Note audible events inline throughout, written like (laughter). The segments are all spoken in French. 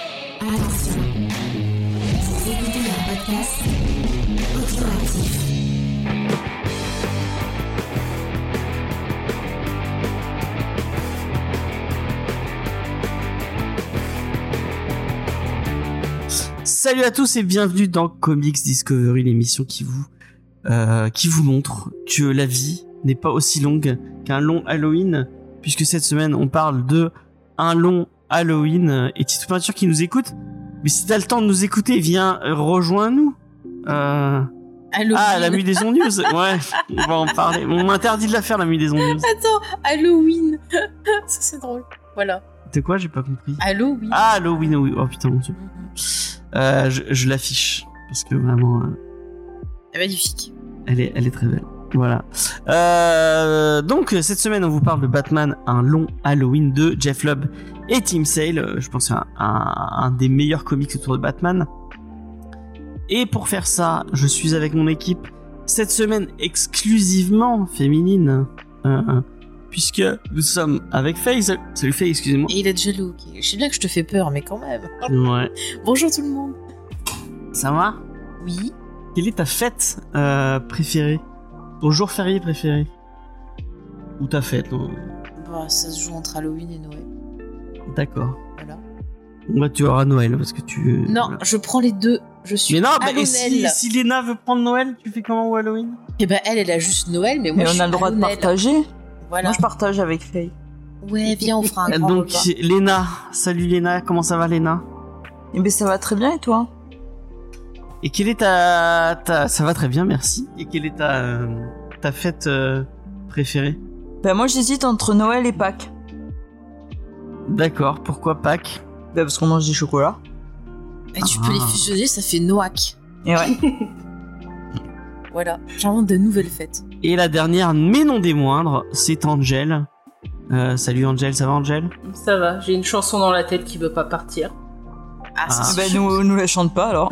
Attention, vous écoutez un podcast audioactif. Salut à tous et bienvenue dans Comics Discovery, l'émission qui vous euh, qui vous montre que la vie n'est pas aussi longue qu'un long Halloween, puisque cette semaine on parle de un long Halloween euh, et Tito Peinture qui nous écoute. Mais si t'as le temps de nous écouter, viens euh, rejoins-nous. Euh, Halloween. Ah, la nuit des ondes news. Ouais, on va en parler. On m'interdit de la faire la nuit des ondes news. Attends, Halloween. (laughs) Ça, c'est drôle. Voilà. De quoi J'ai pas compris. Halloween. Ah, Halloween, oui. Oh putain, mon dieu. Mhm. Euh, je je l'affiche parce que vraiment. euh, Ah, Magnifique. Elle est, elle est très belle. Voilà. Euh, donc cette semaine, on vous parle de Batman, un long Halloween de Jeff Lubb et Tim Sale. Euh, Je pense que c'est un, un- un des meilleurs comics autour de Batman. Et pour faire ça, je suis avec mon équipe cette semaine exclusivement féminine, Euh, euh, puisque nous sommes avec Faye. Salut- Salut Faye, excusez-moi. Et il est jaloux. ok. Je sais bien que je te fais peur, mais quand même. Ouais. Bonjour tout le monde. Ça va Oui. Quelle est ta fête euh, préférée Ton jour férié préféré Ou ta fête non Bah, ça se joue entre Halloween et Noël. D'accord. Voilà. Bah, tu auras Noël parce que tu. Non, voilà. je prends les deux. Je suis Mais non, bah, et Halloween. si, si Léna veut prendre Noël, tu fais comment ou Halloween Et bah, elle, elle a juste Noël, mais moi, Mais je on suis a le droit de Halloween. partager. Voilà. Moi, je partage avec Faye. Ouais, viens, on (laughs) fera un grand Donc, repas. c'est Léna. Salut Léna, comment ça va Léna Eh ben, ça va très bien et toi Et quelle est ta, ta. Ça va très bien, merci. Et quelle est ta, euh, ta fête euh, préférée Ben moi, j'hésite entre Noël et Pâques. D'accord, pourquoi Pâques Ben parce qu'on mange des chocolats. Bah, tu peux les Ah. fusionner, ça fait Noac. Et (laughs) ouais. Voilà. J'invente de nouvelles fêtes. Et la dernière, mais non des moindres, c'est Angel. Euh, salut Angel, ça va Angel Ça va, j'ai une chanson dans la tête qui veut pas partir. Ah, ça Ah. se ben joue. nous, nous la chante pas (laughs) alors.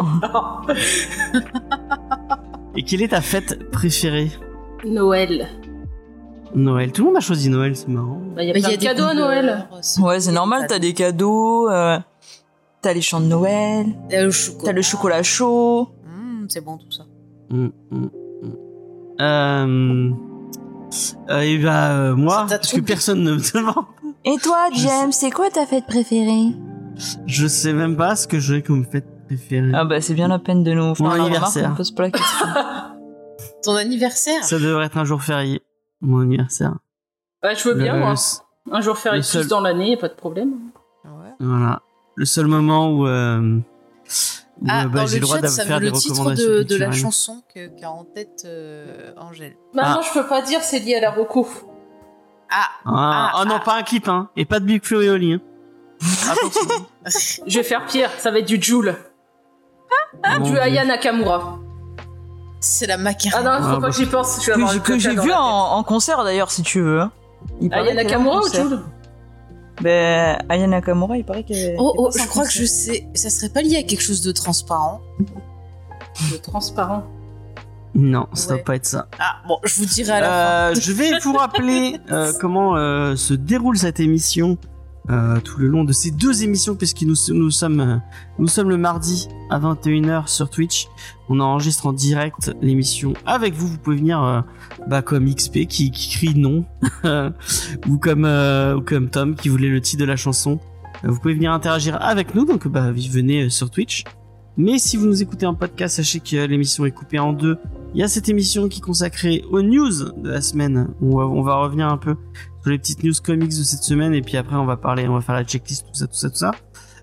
Et quelle est ta fête préférée Noël. Noël. Tout le monde a choisi Noël, c'est marrant. Bah, y a euh, Bah, plein y a de des cadeaux à Noël. couleurs, c'est- Ouais, c'est normal. T'as des cadeaux. euh, t'as les chants de Noël. T'as le T'as chocolat. le chocolat chaud. Mmh, c'est bon tout ça. Mm, mm, mm. Euh, euh, et bah, euh, moi, Ça t'a parce que trompé. personne ne me demande, Et toi, Je James, c'est quoi ta fête préférée je sais même pas ce que j'ai comme fête préférée. Ah bah c'est bien la peine de nous faire Mon la remarque, anniversaire. on pose pas la question. Ton anniversaire Ça devrait être un jour férié, mon anniversaire. Ouais, je veux bien, Le- moi. le- Un jour faire le une seul- dans l'année, y a pas de problème. Ouais. voilà. Le seul moment où, euh, où, Ah, euh, bah, dans j'ai le le droit chat, de ça faire veut des le titre recommandations de, de la culturelles. chanson que- qu'a en tête euh, Angèle. Bah, Ah. non, je peux pas dire, c'est lié à la reco. Ah Ah, Ah, oh non, ah. pas un clip, hein. Et pas de Big Flo et Oli, hein. Attention. Je vais faire pire, ça va être du Joule. Ah, Mon Du Dieu. Aya Nakamura. (laughs) C'est la Ah macarena. non, faut Ah, pas bah, que j'y pense, je vais avoir que une que j'ai coca vu en, dans la en concert d'ailleurs, si tu veux. hein. Il tête. paraît Aya qu'elle est en Nakamura ou concert. Joule Ben Aya Nakamura, il paraît qu'elle. Oh, qu'elle oh, passe en je crois que concert. je sais. Ça serait pas lié à quelque chose de transparent. Le transparent. Non, ça Ouais. doit pas être ça. Ah, bon, je vous dirai à la fin. Euh, je vais vous rappeler (laughs) euh, comment euh, se déroule cette émission euh, tout le long de ces deux émissions, puisque nous, nous, sommes, euh, nous sommes le mardi à 21h sur Twitch. On enregistre en direct l'émission avec vous. Vous pouvez venir euh, bah, comme XP qui, qui crie non, (laughs) ou, comme, euh, ou comme Tom qui voulait le titre de la chanson. Euh, Vous pouvez venir interagir avec nous, donc bah, venez euh, sur Twitch. Mais si vous nous écoutez en podcast, sachez que euh, l'émission est coupée en deux. Il y a cette émission qui est consacrée aux news de la semaine. On va, on va revenir un peu sur les petites news comics de cette semaine et puis après on va parler, on va faire la checklist, tout ça, tout ça, tout ça.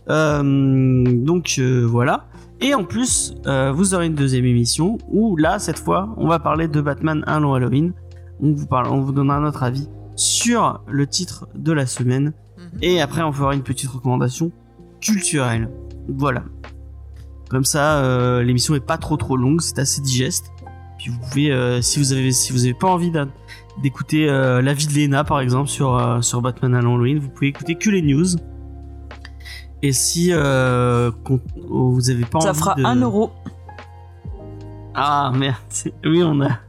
Euh, donc euh, voilà. Et en plus, euh, vous aurez une deuxième émission où là, cette fois, on va parler de Batman 1 long Halloween. On vous parle, on vous donnera notre avis sur le titre de la semaine Mhm. et après on fera une petite recommandation culturelle. Voilà. Comme ça, euh, l'émission est pas trop trop longue, c'est assez digeste. Puis vous pouvez, euh, si vous avez, si vous avez pas envie d'un- d'écouter euh, l'avis de Lena par exemple sur euh, sur Batman à l'Halloween, vous pouvez écouter que les news. Et si euh, qu'on- oh, vous avez pas Ça envie fera de... un euro. Ah merde, oui on a.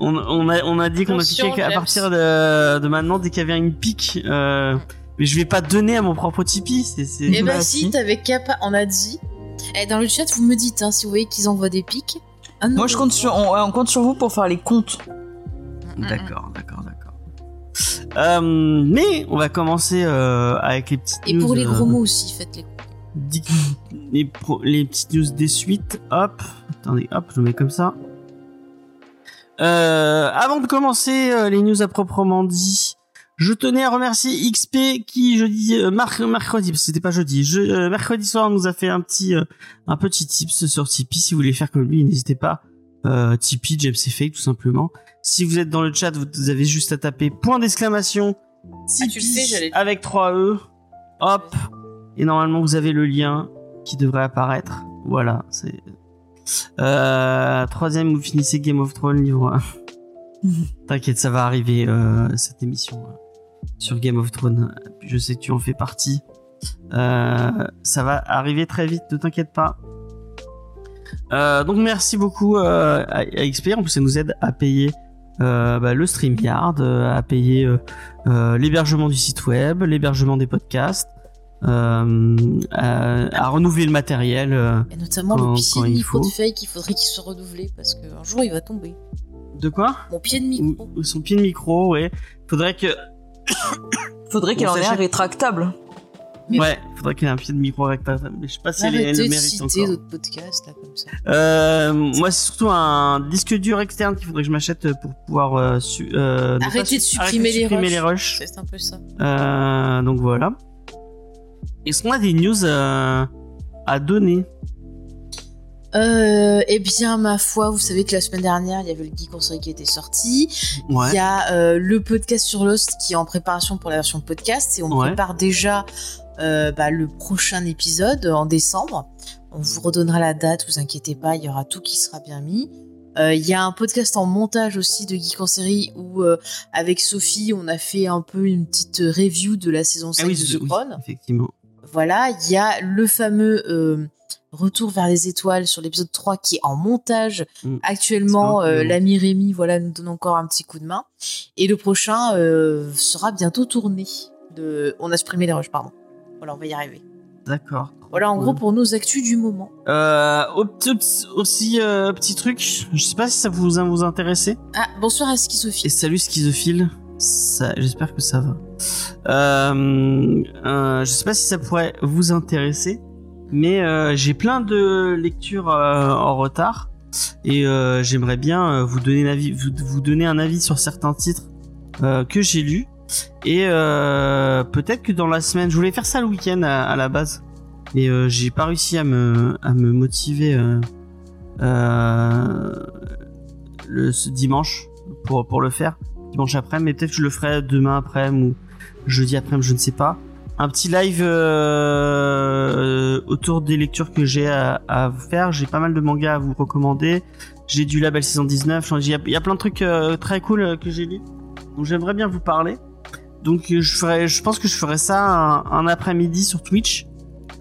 On, on a, on a dit qu'on Attention, appliquait qu'à James. partir de, de maintenant, dès qu'il y avait une pique, euh, Mais je vais pas donner à mon propre Tipeee. C'est, c'est... Eh Bah, ben si, si. t'avais capa, on a dit. Et dans le chat, vous me dites hein, si vous voyez qu'ils envoient des pics. Ah non. Moi, je compte sur, on, ouais, on compte sur vous pour faire les comptes. D'accord, d'accord, d'accord. Euh, mais on va commencer euh, avec les petites Et news, pour les euh, gros mots aussi, faites les. di- les, pro- les petites news des suites. Hop, attendez, hop, je le mets comme ça. Euh, avant de commencer euh, les news à proprement dit, je tenais à remercier XP qui jeudi, euh, mar- mercredi, parce que c'était pas jeudi, je- euh, mercredi soir nous a fait un petit, euh, un petit tips sur Tipeee. Si vous voulez faire comme lui, n'hésitez pas. Euh, Tipeee, James et Fake, tout simplement. Si vous êtes dans le chat, vous, vous avez juste à taper point d'exclamation Ah, le Tipeee sais, j'allais le- avec 3 E. Hop. Et normalement, vous avez le lien qui devrait apparaître. Voilà, c'est. Euh, troisième, vous finissez Game of Thrones livre (laughs) 1. T'inquiète, ça va arriver euh, cette émission euh, sur Game of Thrones. Je sais que tu en fais partie. Euh, ça va arriver très vite, ne t'inquiète pas. Euh, donc merci beaucoup euh, à, à XP, en plus ça nous aide à payer euh, bah, le StreamYard, euh, à payer euh, euh, l'hébergement du site web, l'hébergement des podcasts, euh, à, à renouveler le matériel. euh. Et notamment Quand- le pied quand de il micro faut. de fake, il faudrait qu'il soit renouvelé parce qu'un jour il va tomber. De quoi Mon pied de ou, micro. ou son pied de micro, ouais. Faudrait que. Faudrait qu'elle On en ait un s'achète. rétractable. Mais- Ouais, faudrait qu'il ait un pied de micro rectable. Mais je sais pas si elle, elle Arrêtez le de mérite citer encore. d'autres podcasts là comme ça. Euh, moi, c'est surtout un disque dur externe qu'il faudrait que je m'achète pour pouvoir. euh, su- euh, ne pas Arrêtez de su- supprimer arrêter de les supprimer rushs. les rushs. C'est un peu ça. Euh, donc voilà. Est-ce qu'on a des news euh, à donner Euh, eh bien, ma foi, vous savez que la semaine dernière, il y avait le Geek Conseil qui était sorti. Il y a euh, le podcast sur Lost qui est en préparation pour la version podcast et on Ouais. prépare déjà euh, bah, le prochain épisode euh, en décembre. On vous redonnera la date, vous inquiétez pas, il y aura tout qui sera bien mis. Euh, Il y a un podcast en montage aussi de Geek en série où euh, avec Sophie on a fait un peu une petite review de la saison 5 Ah oui, de ce- The oui, Crown. effectivement. Voilà, il y a le fameux euh, Retour vers les étoiles sur l'épisode 3 qui est en montage. Mm. Actuellement, C'est un peu euh, long. l'ami Rémi voilà, nous donne encore un petit coup de main. Et le prochain euh, sera bientôt tourné. De... On a supprimé les rushs, pardon. Voilà, on va y arriver. D'accord. Voilà, en gros, Cool. pour nos actus du moment. Euh, au- tout- aussi, euh, petit truc, je sais pas si ça vous, vous intéressait. Ah, bonsoir à Et Sophie. salut schizophile. Ça, j'espère que ça va. Euh, euh, je sais pas si ça pourrait vous intéresser, mais euh, j'ai plein de lectures euh, en retard et euh, j'aimerais bien euh, vous donner, un avis, vous, vous donner un avis sur certains titres euh, que j'ai lus. Et euh, peut-être que dans la semaine, je voulais faire ça le week-end à, à la base, mais euh, j'ai pas réussi à me, à me motiver euh, euh, le, ce dimanche pour, pour le faire dimanche après mais peut-être que je le ferai demain après ou jeudi après je ne sais pas un petit live euh, autour des lectures que j'ai à, à vous faire j'ai pas mal de mangas à vous recommander j'ai du label saison 19 J'en- il y, a- il y a plein de trucs euh, très cool euh, que j'ai lu donc j'aimerais bien vous parler donc euh, je ferai je pense que je ferai ça un, un après-midi sur Twitch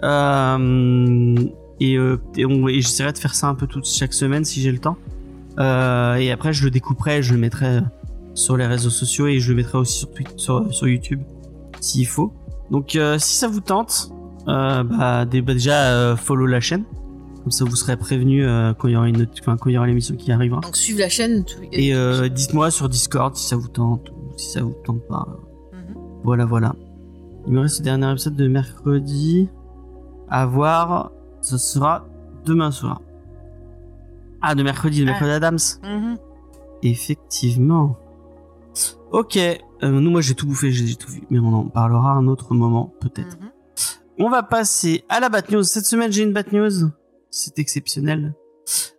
Euh, et, euh, et on- et j'essaierai de faire ça un peu toute chaque semaine si j'ai le temps euh, et après, je le découperai, je le mettrai euh, sur les réseaux sociaux et je le mettrai aussi sur, Twitter, sur, sur YouTube s'il faut. Donc, euh, si ça vous tente, euh, bah, dé- bah, déjà euh, follow la chaîne. Comme ça, vous serez prévenu euh, quand il y aura une, autre- enfin, quand il y aura l'émission qui arrivera. Donc, suive la chaîne. tout- Et euh, dites-moi sur Discord si ça vous tente ou si ça vous tente pas. Mhm. Voilà, voilà. Il me reste le dernier épisode de mercredi à voir. Ce sera demain soir. Ah, de mercredi, de Ah. mercredi Adams. Mhm. Effectivement. Ok, euh, nous moi j'ai tout bouffé, j'ai j'ai tout vu, mais on en parlera à un autre moment peut-être. Mhm. On va passer à la bad news. Cette semaine j'ai une bad news, c'est exceptionnel.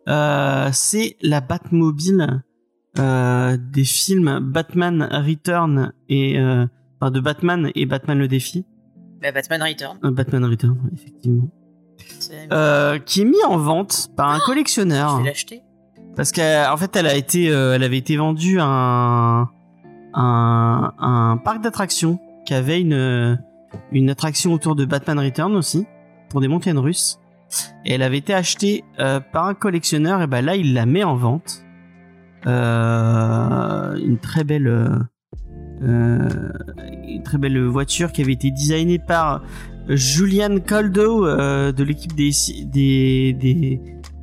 Euh, c'est la Batmobile euh, des films Batman Return et euh, enfin, de Batman et Batman le défi. Bah, Batman Return. Euh, Batman Return, ouais, effectivement. c'est- Euh, qui est mis en vente par un collectionneur. Ah, Je vais l'acheter. Parce qu'en fait, elle a été, euh, elle avait été vendue à un, un, un parc d'attractions qui avait une, euh, une attraction autour de Batman Return aussi, pour des montagnes russes. Et elle avait été achetée euh, par un collectionneur, et ben là, il la met en vente. Euh, une très belle, euh, euh, une très belle voiture qui avait été designée par Julian Coldo euh, de l'équipe des, des, des,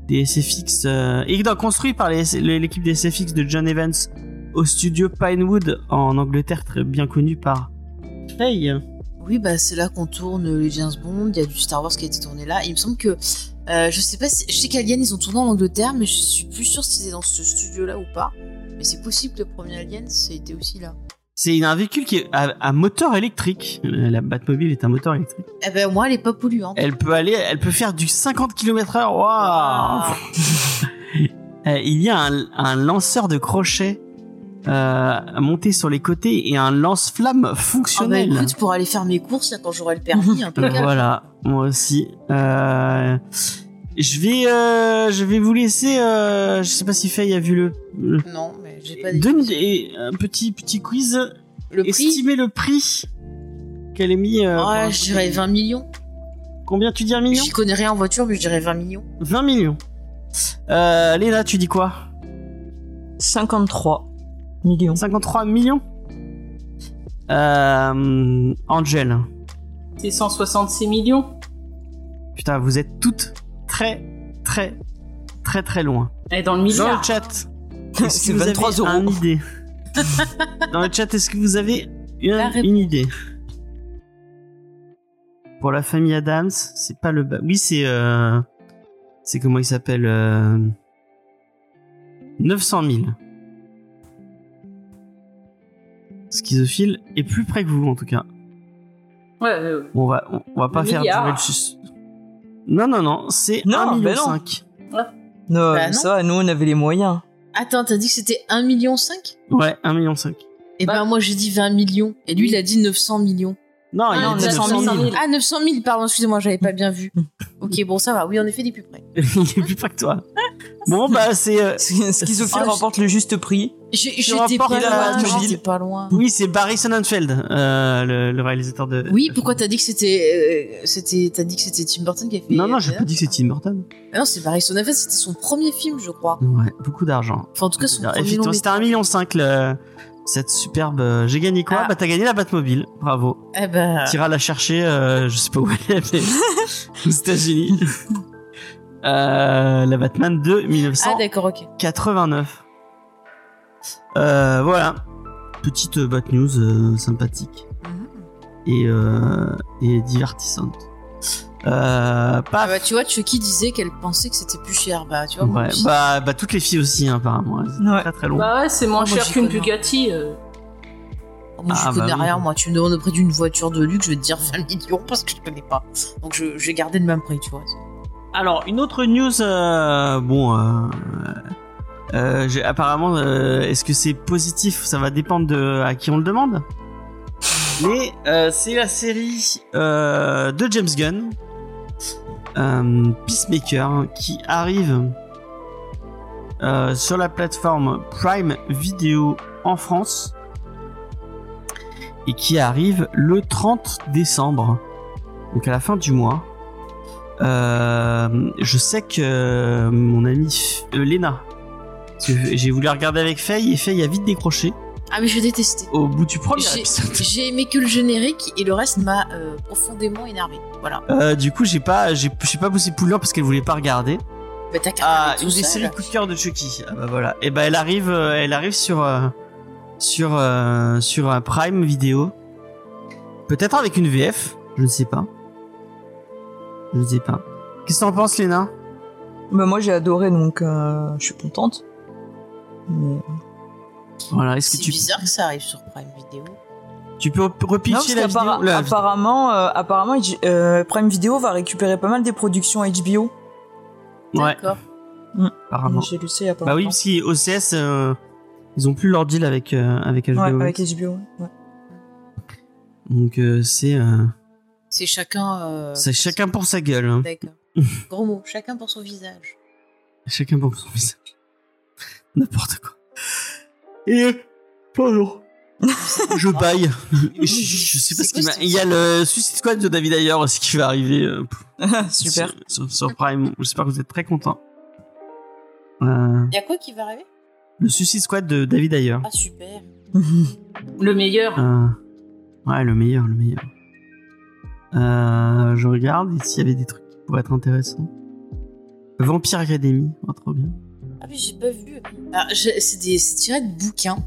des SFX euh, et non, construit par les- l'équipe des SFX de John Evans au studio Pinewood en Angleterre, très bien connu par Trey. Oui, bah c'est là qu'on tourne les James Bond. Il y a du Star Wars qui a été tourné là. Il me semble que euh, je sais pas. Si, je sais qu'Alien ils ont tourné en Angleterre, mais je suis plus sûre si c'était dans ce studio là ou pas. Mais c'est possible que le premier Alien c'était aussi là. C'est un véhicule qui est à, à moteur électrique. Euh, La la Batmobile est un moteur électrique. Eh ben moi elle est pas polluante. Elle peut aller, elle peut faire du 50 km/h. Waouh Ah. Euh, il y a un, un lanceur de crochets euh, monté sur les côtés et un lance-flamme Ah bah fonctionnel. écoute, pour aller faire mes courses là quand j'aurai le permis, un peu Euh, voilà, moi aussi. Euh, je vais, euh, je vais vous laisser. Euh, je sais pas si Faye a vu le. le- Non, mais j'ai pas Donne et un petit petit quiz. Le prix Estimez le prix qu'elle a mis. euh, pour un Ouais, je dirais 20 millions. Combien tu dis un million J'y connais rien en voiture, mais je dirais 20 millions. 20 millions. Euh, Léna, tu dis quoi 53 millions. 53 millions euh, Angel. C'est 166 millions. Putain, vous êtes toutes très, très, très, très loin. Elle est dans le Dans milliard. le chat, est-ce C'est que vous 23 avez euros. une idée Dans le chat, est-ce que vous avez La une, réponse. une idée Pour la famille Adams, c'est pas le... ba- Oui, c'est... euh, C'est comment il s'appelle euh, 900 000. Schizophile est plus près que vous, en tout cas. Ouais, ouais, ouais. Bon, on va, on, on va pas Le faire milliard. durer le sus. Non, non, non, c'est Non, 1,5 million. ben non. Ben Non, Bah non. ça, nous, on avait les moyens. (laughs) Attends, t'as dit que c'était 1 million 5 Ouais, 1,5 million. Eh ben Bah. moi j'ai dit 20 millions. Et lui il a dit 900 millions. Non, Ah, il non, a dit 900 000. 900 000. Ah 900 000, pardon, excusez-moi, j'avais pas bien vu. ok, bon ça va, oui en effet il est plus près. il est plus près que toi. Bon, bah, c'est. euh, Schizophile Ah, je- remporte le juste prix. J'ai- Tu J'étais remportes pas, la loin, Batmobile. j'étais pas loin. Oui, c'est Barry Sonnenfeld, euh, le, le réalisateur de. Oui, pourquoi t'as dit que c'était, euh, c'était, t'as dit que c'était Tim Burton qui a fait Non, non, j'ai pas dit que c'est Tim Burton. Ah Non, c'est Barry Sonnenfeld, c'était son premier film, je crois. Ouais, beaucoup d'argent. Enfin, en tout cas, son Alors, premier long Effectivement, c'était 1,5 million, le- cette superbe. euh, J'ai gagné quoi Ah. Bah, t'as gagné la Batmobile. Bravo. Eh ben, T'iras la chercher, euh, je sais pas où elle (laughs) est, mais aux États-Unis. Euh, la Batman de 1900. ah d'accord, ok. 89. Euh, voilà. Petite euh, bad news euh, sympathique et, euh, et divertissante. Euh, Ah paf. bah tu vois, Chucky disait qu'elle pensait que c'était plus cher. Bah tu vois, moi, Ouais, je- bah, bah, toutes les filles aussi, hein, apparemment. Elles étaient Ouais. Très très long. Bah ouais, c'est moins Ah, moi, cher j'y qu'une connais. Bugatti. euh. moi, je Ah, bah connais oui. rien. Moi, tu me demandes au prix d'une voiture de luxe, je vais te dire 20 millions parce que je connais pas. Donc je, je vais garder le même prix, tu vois. Alors, une autre news. euh, bon. euh, euh, j'ai- apparemment, euh, est-ce que c'est positif Ça va dépendre de à qui on le demande. Mais euh, c'est la série euh, de James Gunn, euh, Peacemaker, qui arrive euh, sur la plateforme Prime Video en France et qui arrive le 30 décembre, donc à la fin du mois. Euh, je sais que euh, mon ami euh, Lena, parce que j'ai voulu regarder avec Faye et Faye a vite décroché Ah mais je détestais. au bout du premier J'ai- épisode. J'ai aimé que le générique et le reste m'a euh, profondément énervé. Voilà. Euh, du coup, j'ai pas, j'ai j'ai pas poussé Poulin parce qu'elle voulait pas regarder. Bah t'as qu'à Ah, regarder une tout des seul. séries coup de cœur de Chucky. Ah bah voilà. Et bah elle arrive, euh, elle arrive sur euh, sur euh, sur un Prime vidéo. Peut-être avec une VF, je ne sais pas. Je ne sais pas. Qu'est-ce que t'en penses, Léna Bah, moi, j'ai adoré, donc euh, je suis contente. Mais- Voilà. Est-ce C'est que tu, bizarre que ça arrive sur Prime Video. tu peux Non, repitcher parce la vidéo qu'appara- la- apparemment, euh, apparemment, H- euh, Prime Video va récupérer pas mal des productions HBO. Ouais, D'accord. apparemment. J'ai lu ça il y a pas Bah oui, longtemps. parce qu'OCS, euh, ils ont plus leur deal avec euh, avec HBO. Ouais, avec HBO. ouais. Donc euh, c'est euh, C'est chacun. euh, c'est chacun pour sa gueule. hein. (laughs) D'accord. Gros mot. Chacun pour son visage. Chacun pour son visage. (laughs) N'importe quoi. Et. (laughs) Pardon. Je baille. je, je sais pas C'est ce qui quoi m'a. ce Il y a le Suicide Squad de David Ayer aussi qui va arriver. euh, Super. Sur, sur- sur Prime. J'espère que vous êtes très contents. Euh, Y'a quoi qui va arriver le Suicide Squad de David Ayer. Ah super. Le meilleur. Euh, ouais, le meilleur, le meilleur. Euh, je regarde s'il y avait des trucs qui pourraient être intéressants. Vampire Academy, oh, trop bien. Ah mais j'ai pas vu. Alors, j'ai- c'est des- c'est tiré de bouquins.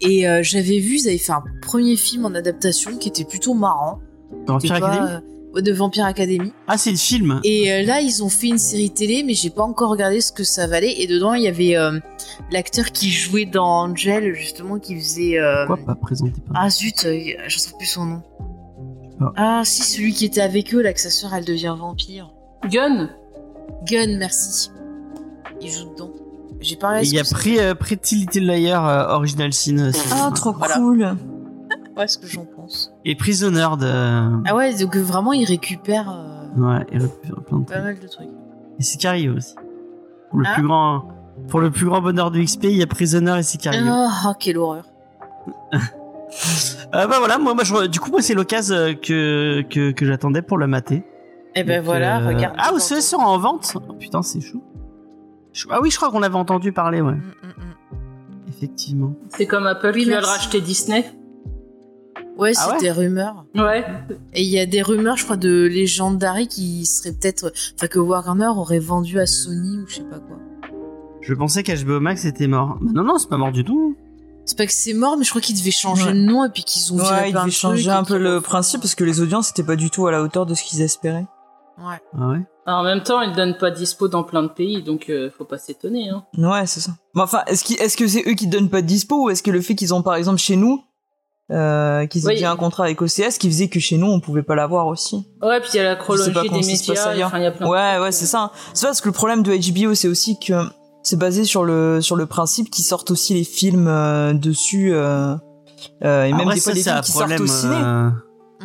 Et euh, j'avais vu, ils avaient fait un premier film en adaptation qui était plutôt marrant. C'était Vampire pas, Academy euh, ouais, de Vampire Academy. Ah, c'est le film Et euh, là, ils ont fait une série télé, mais j'ai pas encore regardé ce que ça valait. Et dedans, il y avait euh, l'acteur qui jouait dans Angel, justement, qui faisait. euh, Pourquoi pas présenté par ah zut, euh, je trouve plus son nom. Ah. Ah si, celui qui était avec eux, là, que sa sœur, elle devient vampire. Gun Gun, merci. Il joue dedans. J'ai pas Et regardé Il ce y a Ah, que c'est- pris euh, Pretty Little Liar euh, Original Sin. euh, c'est- Ah, trop Voilà. cool. ouais, ce que j'en pense. Et Prisoner de. Ah ouais, donc euh, vraiment, il récupère euh, Ouais, et re- plein de pas trucs. mal de trucs. Et Sicario aussi. Pour le, Ah. plus grand, pour le plus grand bonheur de XP, il y a Prisoner et Sicario. Ah, ah, quelle horreur. Euh, bah voilà, moi, moi je- du coup, moi, c'est l'occasion euh, que, que, que j'attendais pour le mater. Et ben Donc, voilà, euh, regarde. Ah, OCS sera en vente Oh, Putain, c'est chaud. Je- Ah oui, je crois qu'on avait entendu parler, ouais. Mm, mm, mm. Effectivement. C'est comme Apple Oui, qui va le merci. racheter Disney. Ouais, c'est Ah ouais des rumeurs. Ouais. Et il y a des rumeurs, je crois, de Legendary qui serait peut-être. Enfin, que Warner aurait vendu à Sony ou je sais pas quoi. Je pensais qu'HBO Max était mort. Bah non, non, c'est pas mort du tout. C'est pas que c'est mort, mais je crois qu'ils devaient changer Ouais. le nom et puis qu'ils ont viré Ouais, ils plein devaient de changer trucs un et peu qu'ils- le principe parce que les audiences n'étaient pas du tout à la hauteur de ce qu'ils espéraient. Ouais. Ah ouais. Alors, en même temps, ils donnent pas dispo dans plein de pays, donc euh, faut pas s'étonner. Hein. Ouais, c'est ça. Mais enfin, est-ce, qu'ils- est-ce que c'est eux qui donnent pas de dispo ou est-ce que le fait qu'ils ont, par exemple, chez nous, euh, qu'ils aient Oui. déjà un contrat avec OCS qui faisait que chez nous on pouvait pas l'avoir aussi Ouais, puis il y a la chronologie pas des comment ça se passe médias. ailleurs. Enfin, il y a plein de Ouais, trucs, euh. ouais, c'est ça. C'est parce que le problème de HBO, c'est aussi que c'est basé sur le, sur le principe qu'ils sortent aussi les films euh, dessus euh, euh, et Ah, même ouais, des fois ça, des c'est un films qui sortent problème. au ciné. euh,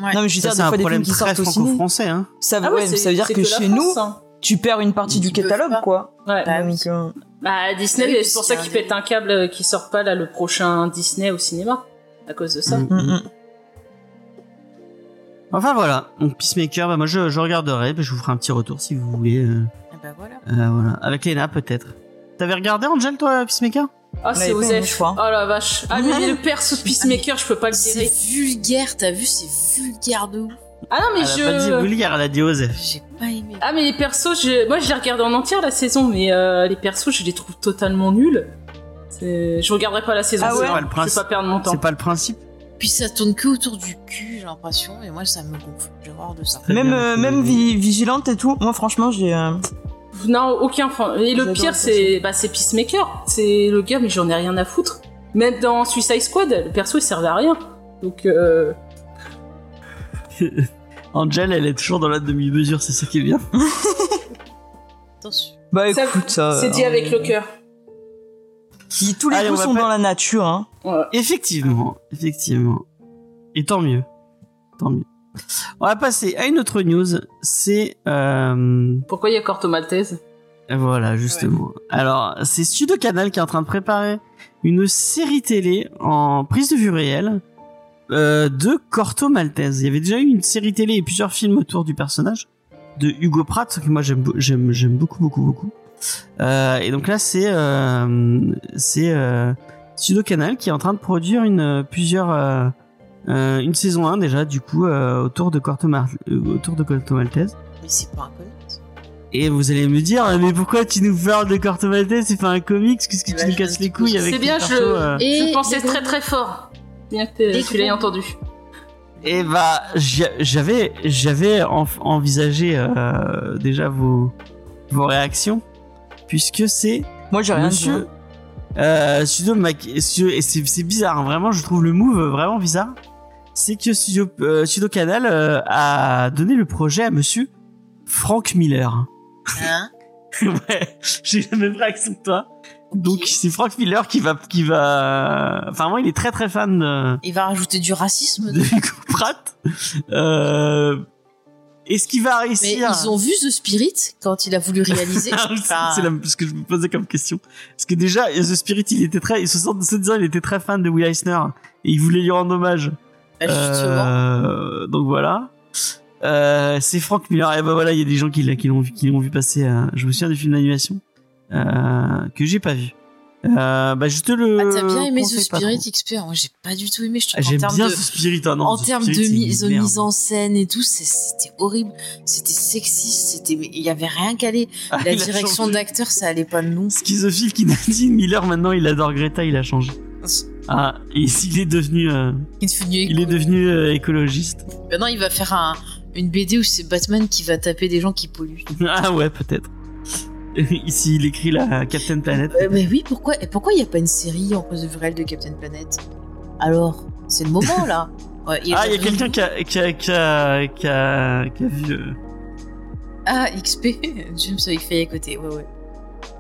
Ouais. Non, mais je veux ça, dire, c'est des un fois des films problème qui sortent très au ciné. franco-français. Hein. Ça, Ah ouais, c'est- ça veut dire c'est que, chez la nous, France, hein. tu perds une partie Ils du peuvent catalogue, pas. quoi. Ouais. Bah oui. Donc, euh, Bah, Disney, Oui, c'est pour parce ça qu'il y a qu'ils un pètent un câble euh, qui sort pas là le prochain Disney au cinéma à cause de ça. Mm. mm, mm. Enfin voilà. Donc Peacemaker, bah, moi je, je regarderai, puis je vous ferai un petit retour si vous voulez. euh, Et bah voilà. euh, voilà. Avec Lena peut-être. T'avais regardé Angel toi, Peacemaker Ah, c'est l'avait pas aimé, Osef. je Oh crois. la vache. Ah, mais Ouais. le (laughs) perso de Peacemaker, je peux pas le C'est gérer. vulgaire, t'as vu, c'est vulgaire de ouf. Ah non, mais Elle a pas dit je. vulgaire, elle a dit Osef. J'ai pas aimé. Ah, mais les persos, je... moi je les regarde en entière la saison, mais euh, les persos, je les trouve totalement nuls. C'est- Je regarderai pas la saison. Ah c'est ouais C'est vrai. pas le je vais principe. pas perdre mon temps. C'est pas le principe. Puis ça tourne que autour du cul, j'ai l'impression, et moi ça me gonfle. J'ai horreur de ça. Très Même, bien, euh, mais- même vi- vigilante et tout. Moi, franchement, j'ai. euh, Non, aucun fan. Et le J'adore pire, cette c'est bah, c'est Peacemaker. C'est le gars, mais j'en ai rien à foutre. Même dans Suicide Squad, le perso, il servait à rien. Donc, euh, (laughs) Angel, elle est toujours dans la demi-mesure, c'est ça qui est bien. Attention. Bah Ça, écoute, ça. c'est dit euh, avec le cœur. Qui, tous les Allez, on coups va sont pas- dans la nature, hein. Ouais. Euh, Effectivement, effectivement. Et tant mieux. Tant mieux. On va passer à une autre news. C'est. euh, Pourquoi il y a Corto Maltese Voilà, justement. Alors, c'est Studio Canal qui est en train de préparer une série télé en prise de vue réelle euh, de Corto Maltese. Il y avait déjà eu une série télé et plusieurs films autour du personnage de Hugo Pratt, que moi j'aime, beau- j'aime, j'aime beaucoup, beaucoup, beaucoup. Euh, et donc là, c'est, euh, c'est euh, Studio Canal qui est en train de produire une, plusieurs, euh, euh, une saison 1 déjà, du coup, euh, autour, de Corto Mar- euh, autour de Corto Maltese. Mais c'est pas un comique. ça. Et vous allez me dire, mais pourquoi tu nous parles de Corto Maltese C'est pas un comics, qu'est-ce que Eh tu ben, nous je casses viens les de couilles te- avec Bah, C'est ton bien, perso, je, euh Et je pensais les très gros- très fort. Bien que t'aies- Les tu l'aies gros- entendu. Et bah, j'y- j'avais, j'avais en- envisagé euh, déjà vos, vos réactions, puisque c'est Moi, j'ai rien dit. Monsieur. Euh, Studio Mac. Studio- et c'est c'est bizarre, hein, vraiment, je trouve le move vraiment bizarre. C'est que Studio, euh, Studio Canal euh, a donné le projet à monsieur Frank Miller. Hein (laughs) ouais, j'ai la même réaction que toi. Donc c'est Frank Miller qui va qui va. Enfin moi il est très très fan de, Il va rajouter du (laughs) racisme. (laughs) de Hugo Pratt. Euh, Est-ce qu'il va Mais hein. réussir ils ont vu The Spirit quand il a (laughs) voulu réaliser. Bah, Ah, c'est- Enfin, C'est la- ce que je me posais comme question. Parce que déjà The Spirit il était très, il se sent- se disant il était très fan de Will Eisner et il voulait lui rendre hommage. bah, justement. Euh, donc voilà. Euh, c'est Frank Miller. Et ben voilà, il y a des gens qui, l'a- qui l'ont vu, qui l'ont vu passer. euh, je me souviens du film d'animation euh, que j'ai pas vu. Euh, bah, je te le. Ah, t'as bien aimé The conseille pas Spirit trop. XP Moi, j'ai pas du tout aimé. Je Ah, trouve en J'aime termes bien de, The Spirit. ah non, en The termes Spirit, de c'est une mise, merde. mise en scène et tout, c'est- c'était horrible. C'était sexiste. C'était, il y avait rien qu'à aller. Ah, (laughs) il La a direction changé. d'acteur, ça allait pas de nous. Schizophile qui Nadine Miller, maintenant, il adore Greta, il a changé. Ah, et il est devenu, euh, Il est devenu il est devenu euh, écologiste. (laughs) Maintenant, Bah il va faire un- une BD où c'est Batman qui va taper des gens qui polluent. Ah ouais, peut-être. (laughs) Ici, il écrit la Captain Planet. Euh, mais oui, pourquoi et pourquoi il n'y a pas une série en cause de réel de Captain Planet Alors, c'est le moment là. (laughs) Ouais, Ah, il y a rien- quelqu'un qui a, qui a, qui a, qui a- qui a vu. euh, Ah, XP, (laughs) James avec Faye à côté. Ouais, ouais.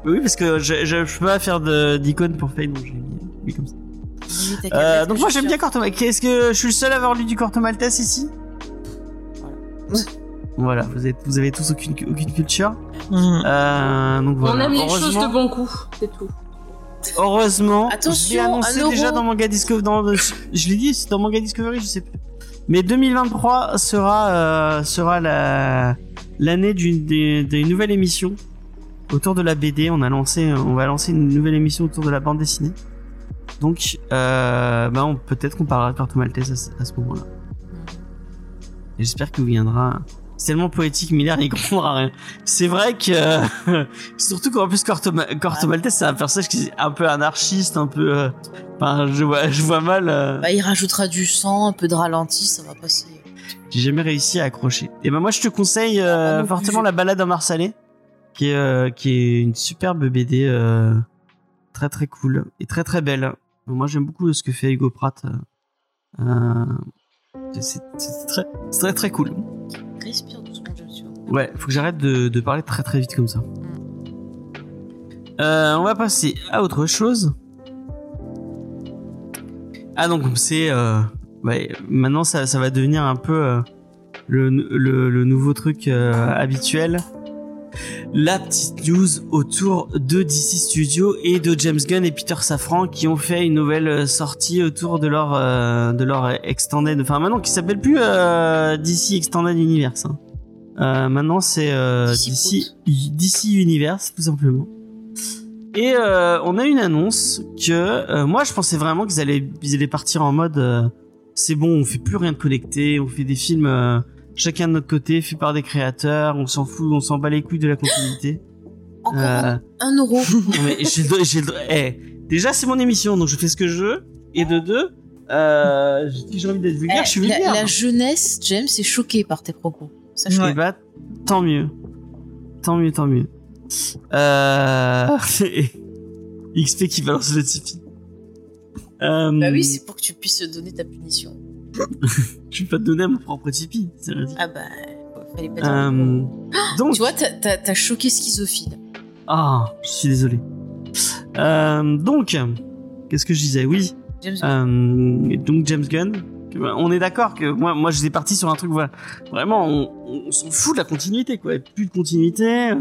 Oui, parce que je, je, je peux pas faire de- d'icône pour Faye, donc j'ai mis, mis comme ça. Oui, t'as qu'à Euh, mettre donc le moi j'aime bien chien. Corto Maltese. Est-ce que je suis le seul à avoir lu du Corto Maltese ici Voilà, vous, êtes, vous avez tous aucune, aucune culture. Mhm. Euh, donc voilà. On aime les choses heureusement, de bon goût, c'est tout. heureusement, je l'ai Attention, annoncé un déjà euro. dans Manga Discovery. Dans, je je l'ai dit, c'est dans Manga Discovery, je sais plus. Mais 2023 sera, euh, sera la- l'année d'une des, des nouvelles émissions autour de la BD. On, a lancé, on va lancer une nouvelle émission autour de la bande dessinée. Donc, euh, bah on- peut-être qu'on parlera de Corto Maltese à ce- à ce moment-là. Et J'espère que vous viendra. C'est tellement poétique, Miller, il comprendra rien. C'est vrai que. (laughs) euh, surtout qu'en plus, Corto, Ma- Corto Maltese, c'est un personnage qui est un peu anarchiste, un peu. euh, Enfin, je vois, je vois mal. euh, Bah, il rajoutera du sang, un peu de ralenti, ça va passer. J'ai jamais réussi à accrocher. Et ben, moi, je te conseille euh, Ah, non plus. fortement La balade à Marsalé, qui est, euh, qui est une superbe BD. euh, très, très cool. Et très, très belle. Moi, j'aime beaucoup ce que fait Hugo Pratt. euh, euh, c'est c'est très, c'est très, très cool. Respire doucement, James. tu vois. Ouais, faut que j'arrête de, de parler très très vite comme ça. Euh, on va passer à autre chose. Ah donc c'est... euh, ouais, maintenant ça, ça va devenir un peu euh, le, le- le nouveau truc euh, habituel. La petite news autour de DC Studios et de James Gunn et Peter Safran qui ont fait une nouvelle euh, sortie autour de leur, euh, de leur Extended... Enfin maintenant qui s'appelle plus euh, DC Extended Universe. hein. Euh, maintenant, c'est euh, DC DC, DC Universe, tout simplement. Et euh, on a une annonce que euh, moi, je pensais vraiment qu'ils allaient, ils allaient partir en mode euh, c'est bon, on fait plus rien de connecté, on fait des films euh, chacun de notre côté, faits par des créateurs, on s'en fout, on s'en bat les couilles de la continuité. Encore Euh, un euro. (laughs) non, mais j'ai le droit- j'ai le droit- eh, déjà, c'est mon émission, donc je fais ce que je veux. Et de deux, euh, si j'ai envie d'être vulgaire, Eh, je suis la, vulgaire. la jeunesse, James, est choquée par tes propos. Ça, je Ouais. Et bah, tant mieux. Tant mieux, tant mieux. Euh... (laughs) XP qui balance le Tipeee. Euh, Bah oui, c'est pour que tu puisses donner ta punition. Je vais pas te donner à mon propre Tipeee, c'est ridicule. Ah bah, fallait pas dire. Euh, donc, Ah, Tu vois, t'as- t'as t'as choqué schizophile. ah, je suis désolé. Euh, donc, qu'est-ce que je disais Oui, James, euh, donc James Gunn. On est d'accord que moi, moi, j'étais parti sur un truc, voilà. Vraiment, on, on s'en fout de la continuité, quoi. Plus de continuité,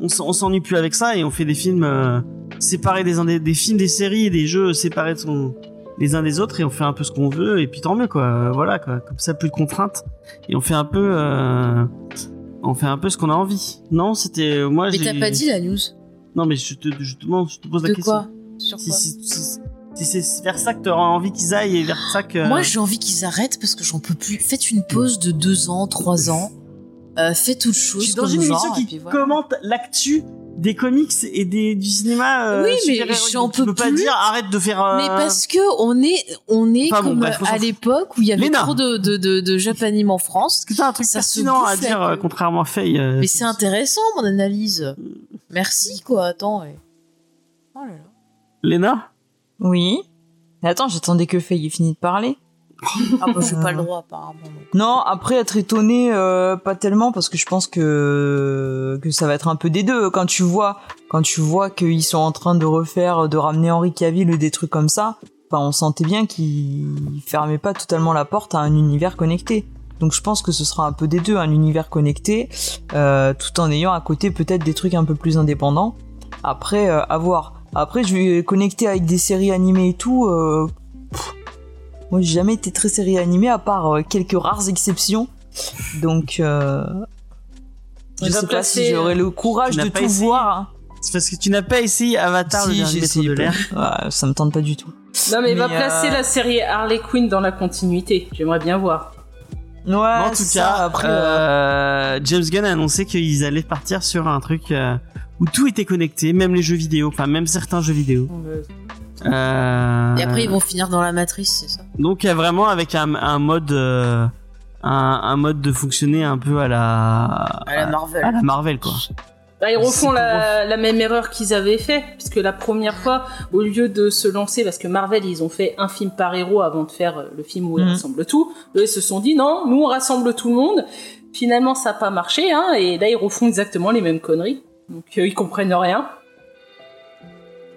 on s'en- on s'ennuie plus avec ça et on fait des films euh, séparés des uns des, des films, des séries et des jeux séparés de son, les uns des autres et on fait un peu ce qu'on veut et puis tant mieux, quoi. Euh, Voilà, quoi. Comme ça, plus de contraintes et on fait un peu, euh, on fait un peu ce qu'on a envie. Non, c'était moi. mais j'ai- t'as pas dit la news. Non, mais je te, je te demande, je te pose la De question. quoi Sur Si, quoi si, si- si c'est vers ça que t'auras envie qu'ils aillent et vers ça que. Moi, j'ai envie qu'ils arrêtent parce que j'en peux plus. Faites une pause de deux ans, trois ans. Euh, faites autre je chose. suis dans comme une genre, émission et qui puis voilà. commente l'actu des comics et des, du cinéma. euh, Oui, mais super-héroïque. j'en Donc, tu peux peux pas plus. dire arrête de faire. euh, Mais parce que on est, on est Enfin bon, comme bref, on s'en à fout. l'époque où il y avait Léna. trop de, de, de, de japanime en France. Parce que t'as un truc ça se pertinent à bouffe la dire, euh, queue. contrairement à Faye. euh, Mais c'est intéressant, mon analyse. Merci, quoi. Attends. ouais. Oh là là. Léna Oui. Mais attends, j'attendais que Faye ait fini de parler. Ah, bah, j'ai pas le droit, apparemment. donc. Non, après être étonné, euh, pas tellement parce que je pense que que ça va être un peu des deux. Quand tu vois, quand tu vois qu'ils sont en train de refaire, de ramener Henri Cavill ou des trucs comme ça, enfin, on sentait bien qu'ils fermaient pas totalement la porte à un univers connecté. Donc je pense que ce sera un peu des deux, un univers connecté, euh, tout en ayant à côté peut-être des trucs un peu plus indépendants. Après, euh, à voir. Après, je vais connecter avec des séries animées et tout. euh, moi, j'ai jamais été très série animée, à part euh, quelques rares exceptions. Donc, euh, On je va sais pas placer, si j'aurai euh, le courage tu n'as de pas tout essayé. voir. hein. C'est parce que tu n'as pas essayé Avatar le si, dernier j'ai maître essayé. de l'air. Ouais, ça me tente pas du tout. Non, mais, Mais, va euh, placer la série Harley Quinn dans la continuité. J'aimerais bien voir. Ouais, Mais en tout ça, cas, après, euh, euh, James Gunn a annoncé qu'ils allaient partir sur un truc euh, où tout était connecté, même les jeux vidéo, enfin même certains jeux vidéo. Euh, Et après, ils vont finir dans la matrice, c'est ça Donc euh, vraiment avec un, un mode, euh, un, un mode de fonctionner un peu à la À la Marvel. à la Marvel quoi. Bah, ils C'est refont pour la, la même erreur qu'ils avaient fait, puisque la première fois, au lieu de se lancer, parce que Marvel, ils ont fait un film par héros avant de faire euh, le film où ils Mhm. rassemblent tout, eux, ils se sont dit, non, nous, on rassemble tout le monde. Finalement, ça n'a pas marché, hein, et là, ils refont exactement les mêmes conneries. Donc, euh, ils comprennent rien.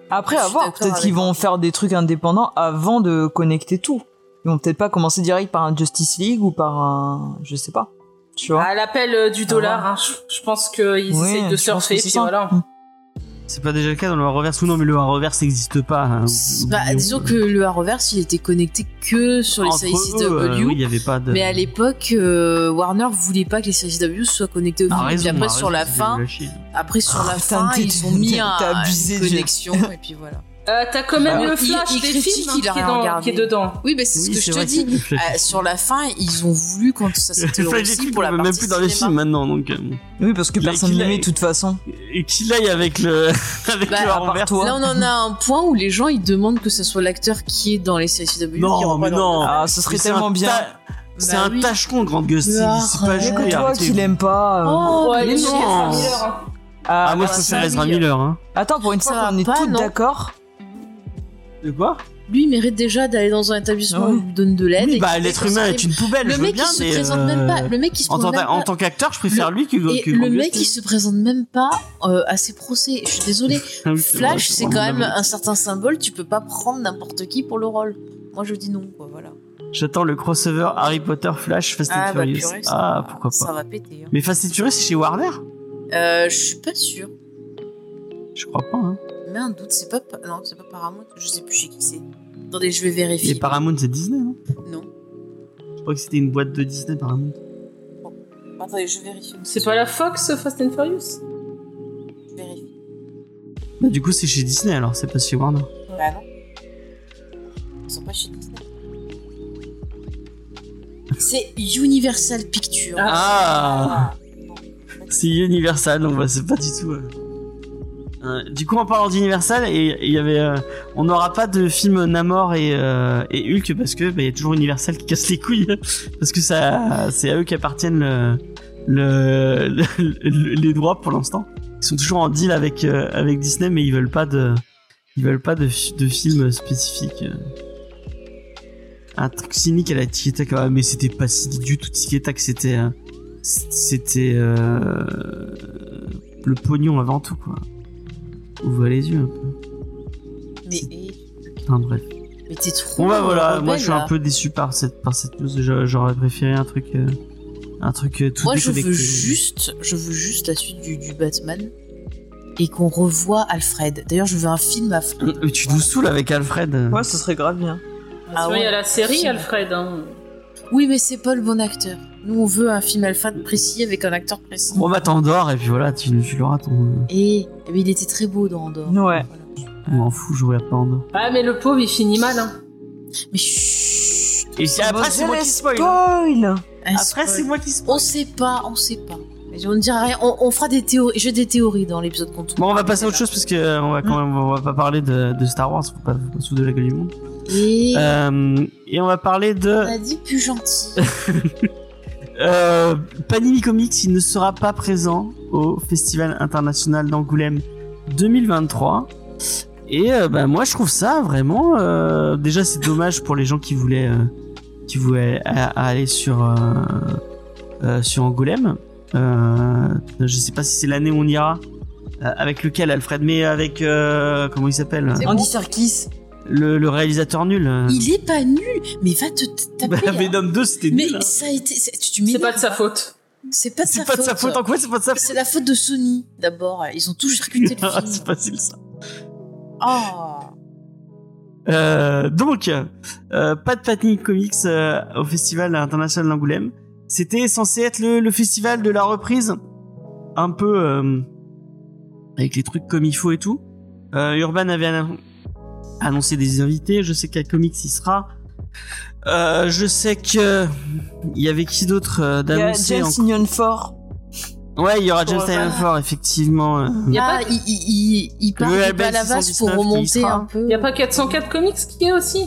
après, Je à suis voir. d'accord Peut-être avec qu'ils toi. vont faire des trucs indépendants avant de connecter tout. Ils vont peut-être pas commencer direct par un Justice League ou par un, je sais pas. Tu Ah, vois. À l'appel euh, du dollar, hein, je- je pense qu'ils Ouais, essayent je de pense que surfer, c'est puis ça. Mm. voilà. C'est pas déjà le cas dans le reverse ou non, mais le reverse n'existe pas. hein, Bah, oublions. disons que le Arrowverse, il était connecté que sur les Entre séries CW. eux, euh, oui, il y avait pas de. Mais à l'époque, euh, Warner voulait pas que les séries CW soient connectées au Ah, film. raison, puis après, ah, sur raison, la c'est fin, le chier. après sur Ah, la putain, fin, t'es- (laughs) ils ont mis t'as un, abusé, une Dieu. connexion et puis voilà. Euh, T'as quand même Bah, le il- flash il des critique, films hein, il qui, a est dans- regardé. qui est dedans. Oui, mais c'est Oui, ce que je c'est te vrai dis. que le (laughs) flash- Euh, sur la fin, ils ont voulu quand (laughs) ça s'était Le flash des aussi films, pour on la peut partie même plus dans les cinéma. films maintenant, donc. euh, Oui, parce que Là, personne qu'il l'aimait a- de toute façon. et qu'il aille avec le (laughs) avec Bah, le à part Warner. toi. Là, on en a un point où les gens ils demandent que ce soit l'acteur qui est dans les séries CW. qui Non, rentre mais pas dans- non. Ah, ce serait Mais c'est tellement un bien. ta- C'est Bah un oui. tachon, grande gueule. C'est Mais c'est pas arrête. joué. Que toi arrêtez. qui l'aime pas. euh, Oh, Ouais, mais les non. Ezra Miller, hein. ah, Ah, moi je bah, préfère ça, Ezra oui. Miller. Hein. Attends, pour une Ça fois va qu'on est pas, toutes non d'accord. De quoi Lui, il mérite déjà d'aller dans un établissement où Ouais. on lui donne de l'aide. Oui, et bah qu'il l'être fasse humain un est une poubelle. Le je veux mec bien, qui se mais, présente euh, même pas. Le mec qui se En tant, présente même en pas. tant qu'acteur, je préfère lui que Et que le Grande Gueule. (laughs) mec, il se présente même pas euh, à ses procès. Je suis désolée. Ah oui, c'est vrai, Flash, c'est quand vraiment même dingue. un certain symbole. Tu peux pas prendre n'importe qui pour le rôle. Moi, je dis non, quoi. Voilà. (laughs) J'attends le crossover Harry Potter Flash Fast and Furious. bah, purée, ça ah va- pourquoi pas. Ça va péter. hein. Mais Fast and Furious, c'est chez Warner Euh, je suis pas sûre. Je crois pas. Hein. Mais un doute, c'est pas. pa- Non, c'est pas Paramount. Je sais plus chez qui c'est. Attendez, je vais vérifier. Et Paramount, c'est Disney. Non Non. je crois que c'était une boîte de Disney Paramount. Attendez, je vérifie. C'est pas la Fox, Fast and Furious Je vérifie. Bah, du coup, c'est chez Disney alors, c'est pas chez Warner. Bah non. Ils sont pas chez Disney. C'est Universal Pictures. Ah. Ah, c'est Universal, donc bah, c'est pas du tout. euh. Euh, du coup, en parlant d'Universal, et et il y avait, euh, on n'aura pas de film Namor et, euh, et Hulk parce que bah, il y a toujours Universal qui casse les couilles (laughs) parce que ça, c'est à eux qu'appartiennent le, le- le- le- les droits pour l'instant. Ils sont toujours en deal avec euh, avec Disney, mais ils veulent pas de, ils veulent pas de, fi- de films spécifiques. euh. Un truc cynique à la Tic Tac, ah, mais c'était pas cynique du tout. Tic et Tac, c'était euh, c'était euh, le pognon avant tout quoi. Ouvre les yeux un peu. Mais, eh, Enfin, bref. mais t'es trop. Bon bah voilà, rebelle, moi je suis un là. peu déçu par cette par cette news. J'a- J'aurais préféré un truc euh, un truc euh, tout Moi je déconnecté. veux juste, je veux juste la suite du, du Batman et qu'on revoie Alfred. D'ailleurs, je veux un film Alfred. Mais tu nous saoules avec Alfred. Ouais, ce serait grave bien. Parce Ah que ouais. Il y a la série Si. Alfred. Hein. Oui, mais c'est pas le bon acteur. Nous, on veut un film Alfred précis avec un acteur précis. Bon bah t'endors et puis voilà, tu, tu l'auras ton. Et mais il était très beau dans Andorre. Ouais. Voilà. Je m'en fous, je regarde pas Andorre. Ah mais le pauvre il finit mal. Hein. Mais chut. Et après c'est moi qui spoil. hein. Spoil un Après c'est spoil. moi qui spoil. On sait pas, on sait pas. Mais On ne dira rien. On, on fera des théories. J'ai des théories dans l'épisode qu'on tourne. Bon on va passer à autre chose parce que euh, on va quand Mm. même on va pas parler de, de Star Wars, faut pas, faut pas se foutre de la gueule du monde. Et Euh, et on va parler de. on a dit plus gentil. Euh, Panini Comics, il ne sera pas présent au Festival international d'Angoulême 2023. Et euh, bah, moi, je trouve ça vraiment. euh, déjà, c'est dommage pour les gens qui voulaient, euh, qui voulaient a- aller sur, euh, euh, sur Angoulême. Euh, je sais pas si c'est l'année où on ira. Euh, avec lequel, Alfred Mais avec. euh, comment il s'appelle C'est Andy Serkis le, le réalisateur nul. euh. Il est pas nul, mais va te t- taper. (laughs) Bah, hein. Venom 2, c'était Mais nul. hein. ça a été. c'est- Tu, tu C'est m'énerves, pas de sa hein. faute. C'est pas de sa hein. C'est pas de sa faute. En quoi c'est pas de sa faute C'est la faute de Sony, d'abord. Ils ont (laughs) tout circuité le Ah, C'est film. facile ça. Oh. Euh, donc, euh, pas de Patnick Comics euh, au Festival international d'Angoulême. C'était censé être le, le festival de la reprise, un peu, euh, avec les trucs comme il faut et tout. Euh, Urban avait annon- annoncé des invités. Je sais qu'à Comics il sera. Euh, je sais que il y avait qui d'autre euh, Il y a d'annoncé James Oh, en- Signon (laughs) Fort. Ouais, il y aura Sur James Urban. Tynion Ford effectivement. euh. Y a Ah, pas- il, il, il, il part Le du label Palavas pour 619 qui y remonter sera. un peu. Y a pas 404 comics qui est aussi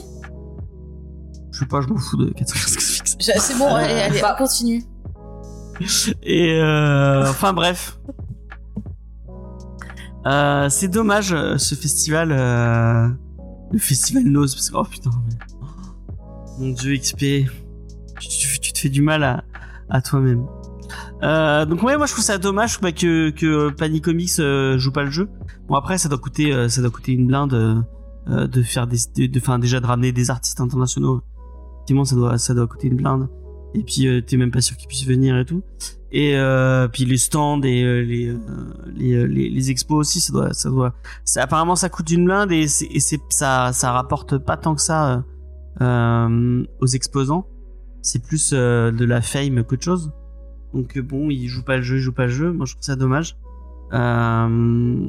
Je sais pas, je m'en fous de 95 fixe. Je- C'est bon, allez, allez, Bah. on continue. (laughs) Et euh, enfin bref. Euh, c'est dommage euh, ce festival. euh, le festival Nose. Parce que, oh putain. mais- Mon dieu, XP. Tu, tu- tu te fais du mal à, à toi-même. Euh, donc ouais moi je trouve ça dommage bah, que, que Panic Comics euh, joue pas le jeu. Bon après ça doit coûter euh, ça doit coûter une blinde euh, euh, de faire des de, de- enfin, déjà de ramener des artistes internationaux. Effectivement ça doit ça doit coûter une blinde. Et puis euh, t'es même pas sûr qu'ils puissent venir et tout. Et euh, puis les stands et euh, les, euh, les, euh, les les expos aussi ça doit ça doit ça, apparemment ça coûte une blinde et, c'est, et c'est, ça ça rapporte pas tant que ça euh, euh, aux exposants. C'est plus euh, de la fame qu'autre chose. Donc euh, bon, ils jouent pas le jeu, ils jouent pas le jeu. Moi je trouve ça dommage. Euh,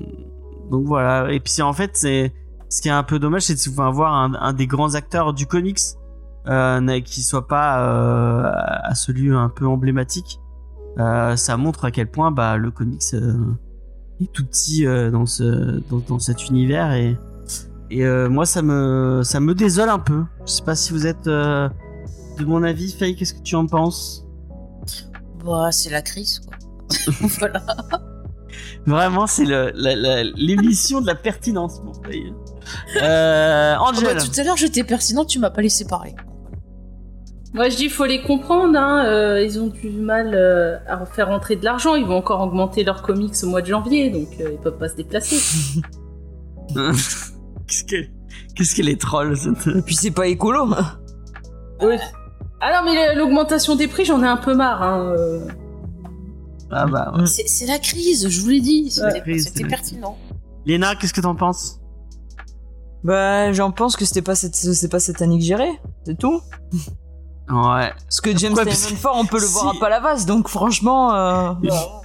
donc voilà. Et puis en fait c'est ce qui est un peu dommage, c'est de pouvoir avoir un, un des grands acteurs du comics euh, n'a- qui soit pas euh, à ce lieu un peu emblématique. Euh, ça montre à quel point bah, le comics euh, est tout petit euh, dans, ce, dans, dans cet univers et, et euh, moi ça me, ça me désole un peu. Je sais pas si vous êtes euh, de mon avis, Faye, qu'est-ce que tu en penses Bah, c'est la crise, quoi. voilà. Vraiment, c'est le- la- la- l'émission de la pertinence pour Faye. (laughs) Euh, Ah Angel, bah, tout à l'heure, j'étais pertinent, tu m'as pas laissé parler. Moi, je dis, faut les comprendre. Hein. euh, ils ont du mal euh, à faire rentrer de l'argent. Ils vont encore augmenter leurs comics au mois de janvier, donc euh, ils peuvent pas se déplacer. qu'est-ce qu'elle qu'est-ce qu'elle est troll cette- Et puis c'est pas écolo. Ah non, mais l'augmentation des prix, j'en ai un peu marre. Hein. euh. Ah bah, ouais. C'est c'est la crise, je vous l'ai dit. Ouais. C'était Crise, c'était c'est la pertinent. Léna, qu'est-ce que t'en penses Bah j'en pense que c'était pas cette c'est pas cette année que j'irai. C'est tout. Ouais. Parce que James Ouais, Tynion parce que- Fort, on peut le voir si- à Palavas, donc franchement. euh,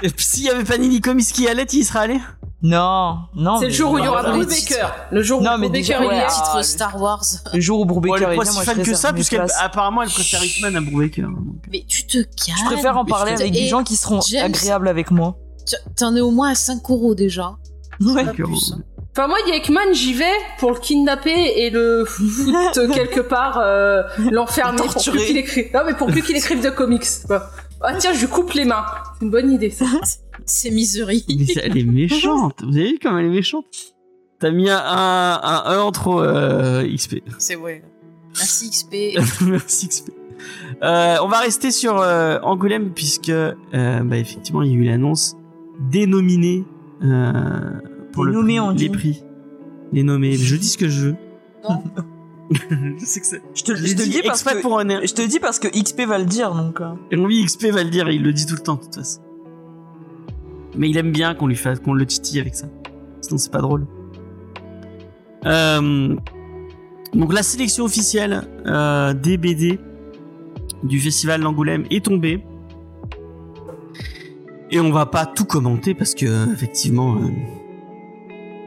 Et puis, S'il y avait Panini Comics qui allait, il serait allé Non, non. C'est mais- le bah, jour où il y aura Voilà. Bruce Brubaker. Le jour où bah, Non, mais Brubaker déjà, il y ouais, est. ah, Titre le- Star Wars. Le jour où Brubaker Bon, elle est est pas là, si moi je fan que préfère ça, Ah, mes puisqu'elle places. apparemment elle préfère Hickman à hein. Brubaker. Mais tu te calmes. Je préfère en mais parler je te- avec des Et gens qui seront James- agréables avec moi. (laughs) Tu- T'en es au moins à 5 euros déjà. Ouais. Pas plus. Enfin, moi, Ekman, j'y vais pour le kidnapper et le foutre quelque part, euh, l'enfermer Le pour plus torturer. qu'il écrive. Non, mais pour plus qu'il écrive de comics. quoi. Ah tiens, je lui coupe les mains. C'est une bonne idée. Ça. C'est misery. (laughs) Mais c'est- elle est méchante. Vous avez vu comme elle est méchante T'as mis un, un, un E en trop, euh, XP. C'est vrai. Merci XP. (laughs) Merci XP. Euh, on va rester sur euh, Angoulême puisque euh, bah, effectivement il y a eu l'annonce dénominée euh, pour le Dénommée, prix- on les dit. prix. Les nommés. Je dis ce que je veux. (laughs) je sais que c'est. Je te, Je je te le l'ai dit dis parce exprès que pour un je te dis parce que XP va le dire donc. euh. Et lui, XP va le dire, il le dit tout le temps, de toute façon. Mais il aime bien qu'on lui fasse, qu'on le titille avec ça. Sinon, c'est pas drôle. Euh, donc, la sélection officielle euh, des BD du Festival d'Angoulême est tombée. Et on va pas tout commenter parce que, euh, effectivement, euh,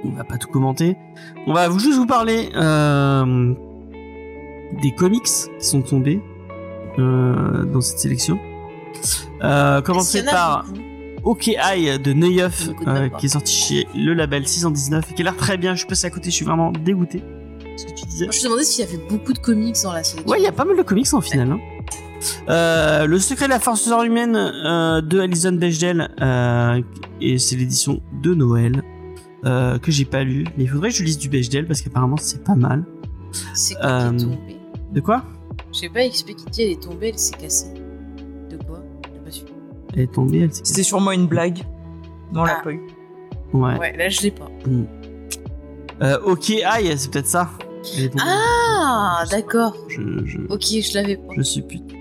on va pas tout commenter. On va vous- juste vous parler euh, des comics qui sont tombés euh, dans cette sélection. Euh, Est-ce commencer qu'il y en a par. beaucoup Ok Eye de Neuillof Je ne connais euh, pas. qui est sorti chez le label 619 et qui a l'air très bien. Je suis passé à côté, je suis vraiment dégoûté. Ce que tu disais. Moi, Je me demandais s'il y avait beaucoup de comics dans la sélection. Ouais, il y a pas mal de comics en finale. hein. Euh, le secret de la force humaine euh, de Alison Bechdel euh, et c'est l'édition de Noël euh, que j'ai pas lu mais il faudrait que je lise du Bechdel parce qu'apparemment c'est pas mal C'est quoi Euh, qui est tombé de quoi Je sais pas, XP qui dit elle est tombée, elle s'est cassée. De quoi J'ai pas su. elle est tombée elle s'est cassée. C'était sûrement une blague. Non, on l'a Ah. pas eu. ouais, Ouais, là je l'ai pas. Euh, ok Eye c'est peut-être ça Elle est tombée. Ah, d'accord. je, je, Ok, je l'avais pas. je suis putain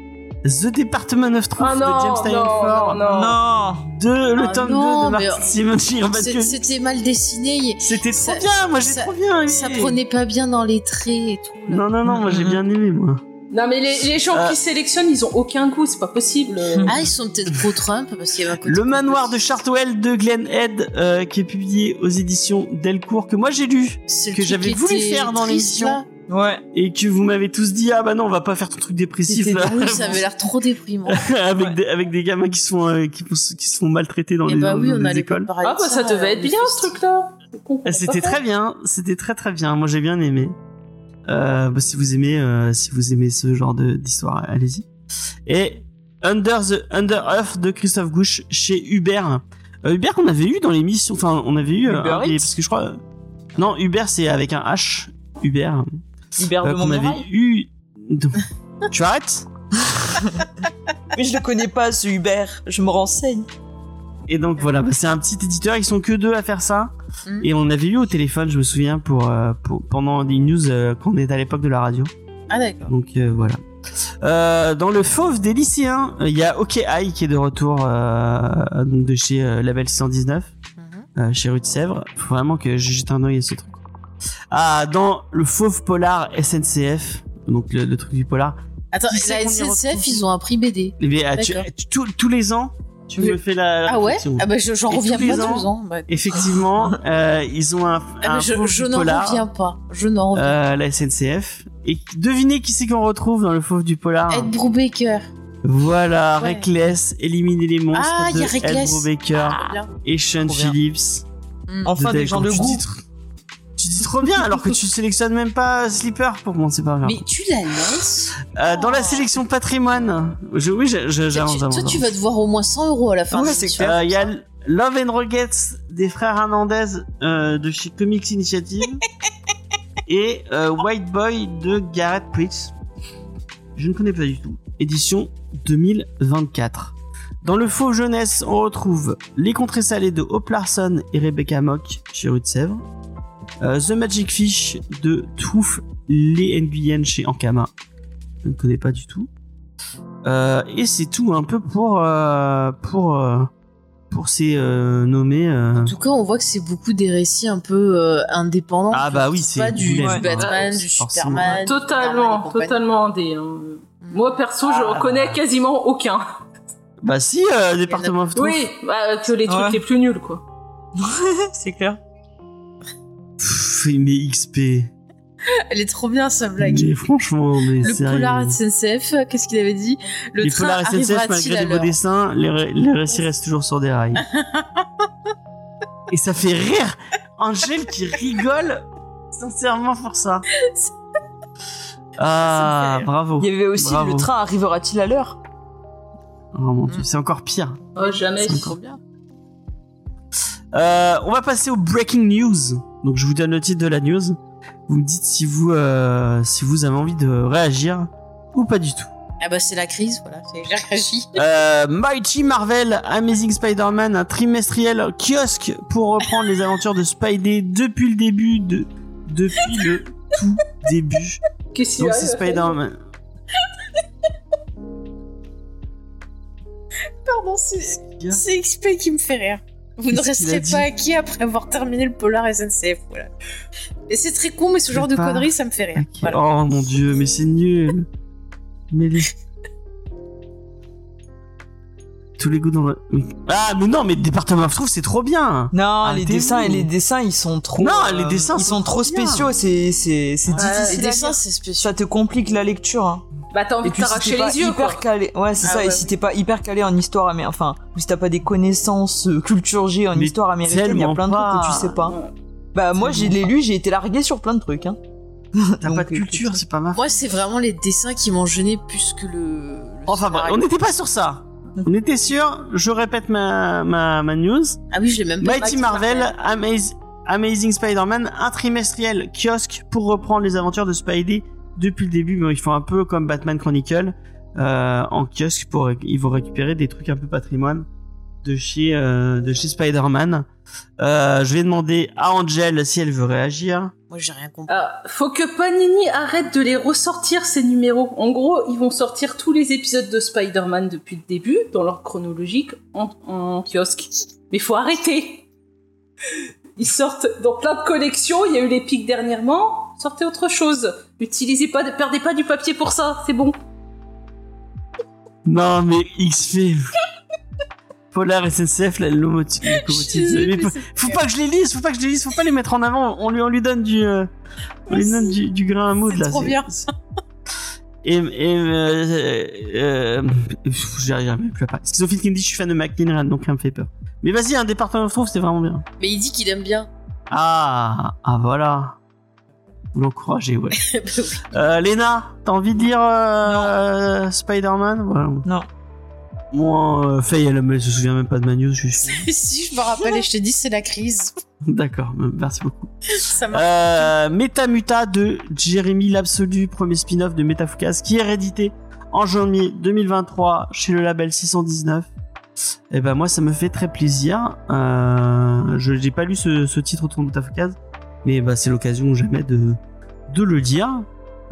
The Department of Truth Ah de James non, Tynion non, non, non. Non. de le Ah tome non, 2 de mais- Martin Simonci Urban C'est- Comics. C'était mal dessiné, il- C'était trop ça- bien, moi j'ai ça- trop bien aimé. ça prenait pas bien dans les traits et tout. là. Non, non, non, moi j'ai bien aimé, moi. Non, mais les, les gens Euh. qui sélectionnent, ils ont aucun goût, c'est pas possible. Ah, ils sont peut-être pro Trump parce qu'il y avait un côté Le manoir de complotiste. Chartwell de Glen Head, euh, qui est publié aux éditions Delcourt, que moi j'ai lu C'est le que truc j'avais qui voulu était faire dans triste, l'émission. là. Ouais. et que vous m'avez tous dit ah bah non on va pas faire ton truc dépressif C'était là, Oui, ça avait l'air trop déprimant. (laughs) avec Ouais. des, avec des gamins qui se font euh, qui, font- qui se font maltraiter dans Et les, bah dans oui, les on allait écoles. pas parler Ah, de euh, bah ça devait être bien mais ce truc-là. Je comprends Ah, C'était pas. très bien, c'était très très bien. Moi j'ai bien aimé. Euh, bah, si vous aimez euh, si vous aimez ce genre de- d'histoire, allez-y. Et Under the Under Earth de Christophe Gouche chez Hubert. Euh, Hubert qu'on avait eu dans l'émission, enfin on avait eu euh, Uber un des- Eats parce que je crois non Hubert c'est avec un H Hubert Hubert euh, de qu'on avait Montmirail. eu. (laughs) tu arrêtes Mais je le connais pas, ce Hubert. Je me renseigne. Hmm. Et donc voilà, bah, c'est un petit éditeur, ils sont que deux à faire ça. Mhm. Et on avait eu au téléphone, je me souviens, pour, euh, pour- pendant les news euh, quand on était à l'époque de la radio. Ah d'accord. Donc euh, voilà. Euh, dans le fauve des lycéens, euh, il y a OK Eye qui est de retour euh, donc de chez euh, Label 119, Mhm. euh, chez Rue de Sèvres. Faut vraiment que je jette un oeil à ce truc. Ah, dans le fauve polar SNCF, donc le, le truc du polar. Attends, Qui c'est la qu'on y SNCF, retrouve ils ont un prix BD. Eh bien, tu- D'accord. tu- tous- tous les ans, tu Oui. me fais la. Ah ouais réflexion. Ah bah je- j'en Et reviens tous les pas ans, deux ans. Bah, Effectivement, euh, ils ont un, ah bah, un je fauve je du n'en polar, reviens pas. Je n'en reviens pas. euh, la SNCF. Et devinez qui c'est qu'on retrouve dans le fauve du polar. hein. Ed Brubaker. Voilà, Ouais. Reckless, éliminer les monstres Ah, il de y a Ed Reckless. Ah, Brubaker Bien. et Sean Trop bien. Phillips. Enfin, Peut-être des gens quand de tu goût. dis tr- Tu dis trop bien alors que tu sélectionnes même pas Slipper pour moi, c'est pas grave. Mais tu la laisses Euh, dans la Oh. sélection patrimoine, je, oui, je- je- Toi, tu- j'avance. Toi, j'avance, tu vas te voir au moins 100 euros à la fin. Ouais, de c'est l'émission. Il Euh, y a Love and Rockets des frères Hernandez euh, de chez Comics Initiative et euh, White Boy de Garrett Pritz. Je ne connais pas du tout. Édition 2024. Dans le faux jeunesse, on retrouve Les Contrées Salées de Hope Larson et Rebecca Mock chez Rue de Sèvres. Euh, The Magic Fish de Trouf Les NBN chez Ankama. Je ne connais pas du tout. Euh, et c'est tout un peu pour, euh, pour, euh, pour ces euh, nommés. euh. En tout cas, on voit que c'est beaucoup des récits un peu euh, indépendants. Ah qui bah sortent oui, c'est pas du, Goulême, du hein. Batman, Ouais, du forcément. Superman. Ah, Totalement, totalement. totalement indé. hein. Moi perso, je Ah. reconnais quasiment aucun. Bah si, euh, département Trouf. Oui, bah, que les trucs Ouais. les plus nuls quoi. (laughs) c'est clair. Pff, mais XP. Elle est trop bien sa blague. Mais franchement, mais Le sérieux. polar SNCF, euh, qu'est-ce qu'il avait dit Le les train Polar SNCF, arrivera-t-il malgré à les beaux l'heure dessins, les, ré- les récits restent toujours sur des (laughs) rails. Et ça fait rire Angèle qui rigole sincèrement pour ça. (laughs) Ça me Ah, fait rire. bravo. Il y avait aussi Bravo. le train arrivera-t-il à l'heure Oh, mon Mm. Dieu, C'est encore pire. Oh, jamais. C'est encore Euh, on va passer au breaking news. Donc je vous donne le titre de la news. Vous me dites si vous, euh, si vous avez envie de réagir ou pas du tout. Ah bah c'est la crise, voilà, c'est- j'ai réagi. Euh, Mighty Marvel Amazing Spider-Man, un trimestriel kiosque pour reprendre les aventures de Spidey depuis le début de depuis le tout début. Qu'est-ce qu'il y Donc a c'est Spider-Man. Pardon, c'est c'est XP qui me fait rire. Vous ne Qu'est-ce qu'il a resterez dit pas acquis après avoir terminé le polar SNCF, voilà. Et c'est très con, mais ce Je genre de pars. conneries, ça me fait rire. Ok. Voilà. Oh mon dieu, mais c'est nul. Mais les... tous les goûts dans le... mais- Ah mais non, mais département of Truth, c'est trop bien. Non, les Arrêtez-vous. dessins et les dessins, ils sont trop. Ah, euh, Non, les dessins ils sont sont trop trop bien. spéciaux. C'est c'est c'est Ouais. Les difficile. à dessins, lire. c'est spécial. Ça te complique la lecture. hein. Bah t'as envie Et de puis si t'arracher t'es pas les yeux hyper quoi. calé, ouais c'est Ah ça. Et ouais. si t'es pas hyper calé en histoire américaine, enfin, ou si t'as pas des connaissances euh, culture G en Mais histoire américaine, il y a tellement plein de pas. trucs que tu sais pas. Bah moi, j'ai les lu, j'ai été largué sur plein de trucs. Hein. T'as Donc, pas de euh, culture, c'est pas ma Moi, c'est vraiment les dessins qui m'ont gêné plus que le. le Enfin bah, bref, scénario. on n'était pas sur ça. On était sur, je répète ma, ma, ma news, Ah oui, je l'ai même pas. Mighty Marvel, Amaz- Amazing Spider-Man, un trimestriel kiosque pour reprendre les aventures de Spidey depuis le début. Mais ils font un peu comme Batman Chronicle euh, en kiosque pour ils vont récupérer des trucs un peu patrimoine de chez euh, de chez Spider-Man. Euh, je vais demander à Angel si elle veut réagir. Moi, j'ai rien compris. Ah, faut que Panini arrête de les ressortir ces numéros. En gros, ils vont sortir tous les épisodes de Spider-Man depuis le début, dans leur chronologique, en, en kiosque. Mais faut arrêter. Ils sortent dans plein de collections. Il y a eu les pics dernièrement. Sortez autre chose. Utilisez pas, perdez pas du papier pour ça, c'est bon. Non, mais XP. Polar SNCF, la locomotive. locomotive, Je- mais mais faut- c'est- faut pas que je les lise, faut pas que je les lise, faut pas les mettre en avant. On lui, on lui donne du, euh, on lui donne du, du grain à moudre C'est là. trop bien. c'est- Et, et euh, euh, pff, j'arrive jamais plus à parler. Schizophile qui me dit je suis fan de McLean, donc ça me fait peur. Mais vas-y, un département de trouve, c'est vraiment bien. Mais il dit qu'il aime bien. (laughs) Ah, ah voilà. Vous l'encouragez, ouais. Bah Euh, Léna, t'as envie de dire euh, euh, Spider-Man Voilà. Non. Moi, euh, Faye, elle, elle se souvient même pas de ma news. Je suis... si, je me rappelle et je t'ai dit, c'est la crise. (laughs) (laughs) D'accord, merci beaucoup. Ça marche. Euh, Metamuta de Jérémy l'Absolu, premier spin-off de Metafoucas, qui est réédité en janvier 2023 chez le label 619. Et ben moi, ça me fait très plaisir. Euh, je n'ai pas lu ce, ce titre autour de Metafoucas, mais bah, c'est l'occasion ou jamais de, de le dire.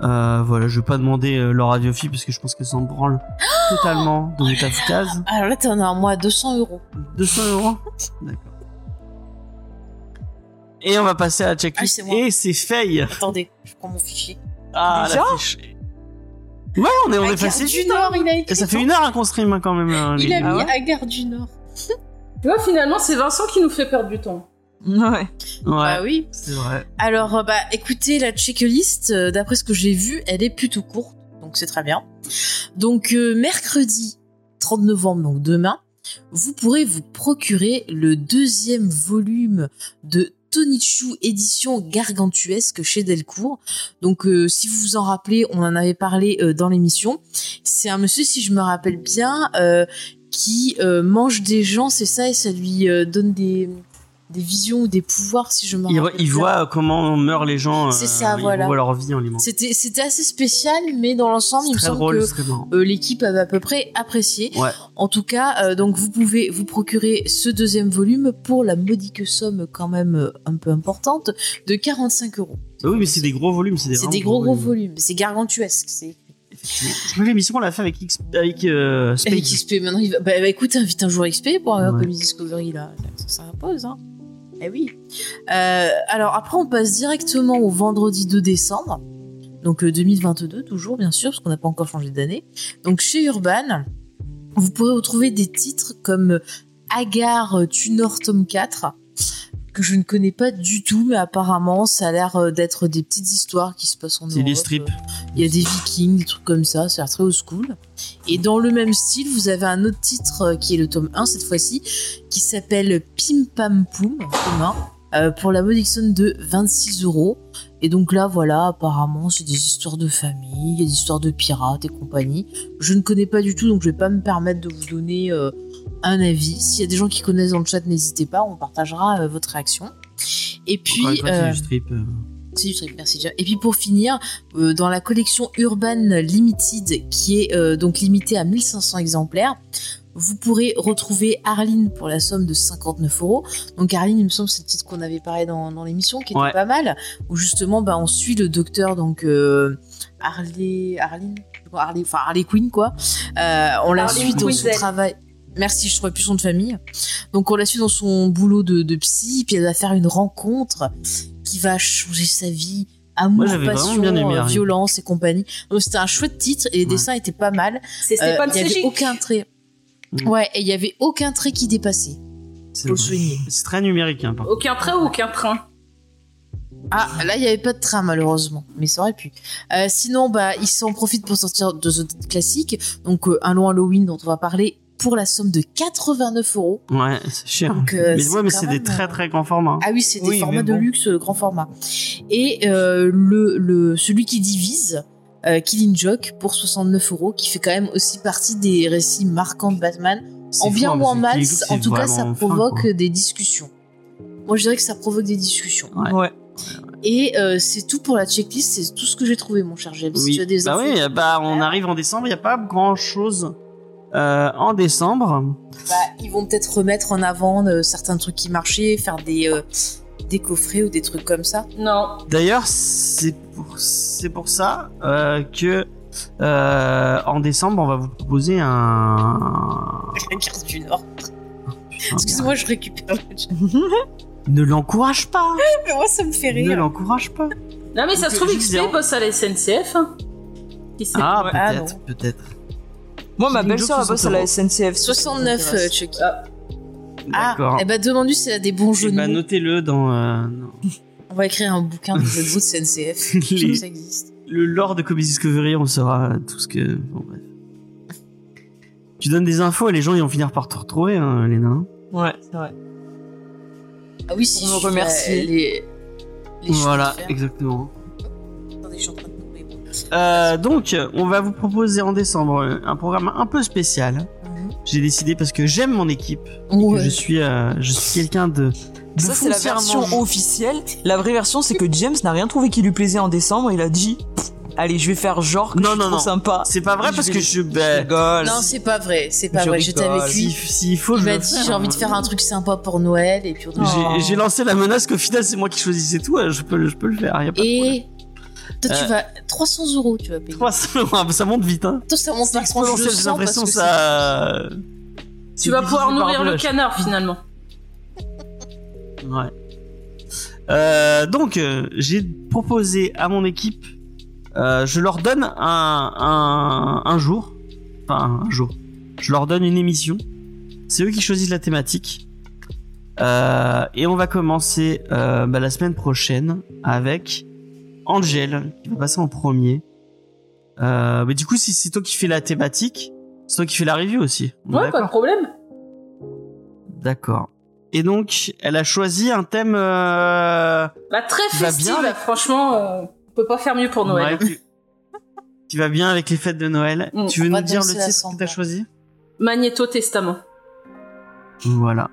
Euh, voilà, je vais pas demander euh, leur radiophile parce que je pense qu'elle s'en branle (gasps) totalement de Metafoucas. Alors là, t'en as un mois à 200 euros. 200 euros D'accord. Et on va passer à la Ah, checklist. c'est moi. et c'est Faye. Attendez, je prends mon fichier. Ah, Déjà l'affiche. Ouais, on est, on est passé Ah, du Nord, il a Et écrit. ça fait une heure hein, qu'on stream hein, quand même. hein, Il les- a Ah mis ouais à Gare du Nord. Tu vois, finalement, c'est Vincent qui nous fait perdre du temps. (laughs) Ouais. Ouais, Ah oui. c'est vrai. Alors, euh, bah, écoutez, la checklist, euh, d'après ce que j'ai vu, elle est plutôt courte, donc c'est très bien. Donc, euh, mercredi 30 novembre, donc demain, vous pourrez vous procurer le deuxième volume de Tonichu édition gargantuesque chez Delcourt. Donc, euh, si vous vous en rappelez, on en avait parlé euh, dans l'émission. C'est un monsieur, si je me rappelle bien, euh, qui euh, mange des gens, c'est ça, et ça lui euh, donne des, des visions ou des pouvoirs, si je me Il, rappelle re- il bien. voit euh, comment meurent les gens. C'est ça, il voilà. voit leur vie en les mangeant. C'était c'était assez spécial, mais dans l'ensemble, il me C'est très semble drôle, hein. que c'est très marrant. euh, l'équipe avait à peu près apprécié. Ouais. En tout cas, euh, donc vous pouvez vous procurer ce deuxième volume pour la modique somme quand même euh, un peu importante de 45 euros. Bah oui, mais c'est des gros volumes. C'est des, C'est vraiment des gros gros volumes, c'est gargantuesque. C'est Effectivement. Je me fais l'émission qu'on l'a fait avec, X- avec euh, Spade. avec XP maintenant. Il va... bah, bah, écoute, invite un jour XP pour un Ouais. Comedy Discovery là, ça, ça impose hein. Eh oui. Euh, alors après, on passe directement au vendredi 2 décembre, donc euh, 2022 toujours bien sûr, parce qu'on n'a pas encore changé d'année. Donc chez Urban, vous pourrez retrouver des titres comme euh, Agar Tunor tome 4 que je ne connais pas du tout, mais apparemment ça a l'air euh, d'être des petites histoires qui se passent en C'est des Europe. strips. Il y a des vikings, des trucs comme ça, ça a l'air très old school. Et dans le même style, vous avez un autre titre euh, qui est le tome 1 cette fois-ci, qui s'appelle Pim Pam Poum, tome 1, euh, pour la modique somme de 26 euros. Et donc là, voilà, apparemment, c'est des histoires de famille, il y a des histoires de pirates et compagnie. Je ne connais pas du tout, donc je vais pas me permettre de vous donner euh, un avis. S'il y a des gens qui connaissent dans le chat, n'hésitez pas, on partagera euh, votre réaction. Et puis. Encore une fois, c'est euh, du strip. euh. c'est du trip, merci Jeff. Et puis pour finir, euh, dans la collection Urban Limited, qui est euh, donc limitée à 1500 exemplaires, vous pourrez retrouver Arline pour la somme de 59 euros. Donc Arline, il me semble, c'est le titre qu'on avait parlé dans, dans l'émission, qui était Ouais. pas mal, où justement, bah, on suit le docteur, donc euh, Harley, Arline, Harley, enfin Harley Quinn, quoi. Euh, on la Harley suit dans son Quinzel. travail. Merci, je trouvais plus son nom de famille. Donc on la suit dans son boulot de, de psy, puis elle va faire une rencontre qui va changer sa vie. Amour, Moi, j'avais vraiment passion, bien aimé euh, Harry. violence et compagnie. Donc c'était un chouette titre et les Ouais. dessins étaient pas mal. C'est Euh, Stéphane Il y avait Ségic. aucun trait. Mm. Ouais, et il y avait aucun trait qui dépassait. C'est Faut vrai. souligner. C'est très numérique. Hein, par contre. Aucun train ou aucun train Ah, là, il n'y avait pas de train, malheureusement. Mais ça aurait pu. Euh, sinon, bah, ils s'en profitent pour sortir deux autres classiques. Donc, euh, un long Halloween dont on va parler pour la somme de 89 euros. Ouais, c'est cher. Donc, Oh. euh, mais ouais, mais quand c'est des même, très euh, très grands formats. hein. Ah oui, c'est des Oui, formats mais de bon. luxe, euh, grand format. Et euh, le, le, celui qui divise, euh, Killing Joke, pour 69 euros, qui fait quand même aussi partie des récits marquants de Batman. C'est En fou, bien hein, ou parce en que mal, Killing Joke, en c'est tout cas, ça vraiment fin, provoque quoi. des discussions. Moi, je dirais que ça provoque des discussions. Ouais. Ouais. (laughs) Et euh, c'est tout pour la checklist, c'est tout ce que j'ai trouvé, mon cher James. Si Oui. tu as des bah infos, oui, bah on arrive en décembre, il n'y a pas grand chose en décembre. bah, ils vont peut-être remettre en avant euh, certains trucs qui marchaient, faire des, euh, des coffrets ou des trucs comme ça. Non. D'ailleurs, c'est pour, c'est pour ça euh, que euh, en décembre, on va vous proposer un. La carte du Nord. Putain, Excuse-moi, je récupère (laughs) le chat. Ne l'encourage pas Mais moi, ça me fait Ne rire. l'encourage pas Non, mais ça Donc, se trouve, juste XP zéro. bosse à la SNCF. hein. Qui sait Ah, Ouais. Ah, peut-être, peut-être. Moi, ma Killing belle-sœur, Joke elle bosse à la SNCF. 69, euh, Chucky. Ah, Ah. D'accord. eh ben demande-lui s'il a des bons jeux Eh de ben, mots. notez-le dans euh, non. On va écrire un bouquin de jeux de mots (laughs) de CNCF. (laughs) Je sais que ça existe. le lore de Comedy Discovery, on saura tout ce que. Bon, bref. Tu donnes des infos et les gens ils vont finir par te retrouver, hein, les nains. Ouais, c'est vrai. Ah oui, si Pour je me suis, remercier. euh, les, les voilà, choses à faire. exactement. Attendez, je suis en train de couper. Euh, donc, on va vous proposer en décembre euh, un programme un peu spécial. J'ai décidé parce que j'aime mon équipe. que Ouais. Je suis, euh, je suis quelqu'un de, de Ça, c'est la foncièrement- version officielle. La vraie version, c'est que James n'a rien trouvé qui lui plaisait en décembre. Il a dit Pff, Allez, je vais faire genre que je Non, suis non, trop non. sympa. C'est pas vrai Je parce vais- que je. Je ben, rigole. Non, c'est pas vrai, c'est pas Je vrai. J'étais rigole. avec si- lui. S'il faut, Il je m'a le dit fais, j'ai hein. envie de faire un truc sympa pour Noël et puis on a- Oh. J'ai- J'ai lancé la menace qu'au final c'est moi qui choisissais tout. euh, Je peux, le- je peux le faire. Y a pas de problème. Et toi tu Euh. vas 300 euros tu vas payer. 300 euros, ah, ça monte vite. Hein. Toi ça monte par tranche de Exponentiel, j'ai 100 parce l'impression que ça. euh, tu vas pouvoir nourrir le canard. canard finalement. Ouais. Euh, donc, euh, j'ai proposé à mon équipe, euh, je leur donne un, un, un jour, enfin un jour, je leur donne une émission. C'est eux qui choisissent la thématique. Euh, et on va commencer euh, bah, la semaine prochaine avec Angel, qui va passer en premier. Euh, mais du coup, si c'est toi qui fais la thématique, c'est toi qui fais la review aussi. On est Ouais, d'accord pas de problème. D'accord. Et donc, elle a choisi un thème. euh, Bah, très Il va festif, bien, là, avec- franchement, euh, on peut pas faire mieux pour Noël. ouais, qui, qui va bien avec les fêtes de Noël. Mm. tu veux On nous va dire danser le la titre que samba. t'as choisi Magnéto Testament. Voilà.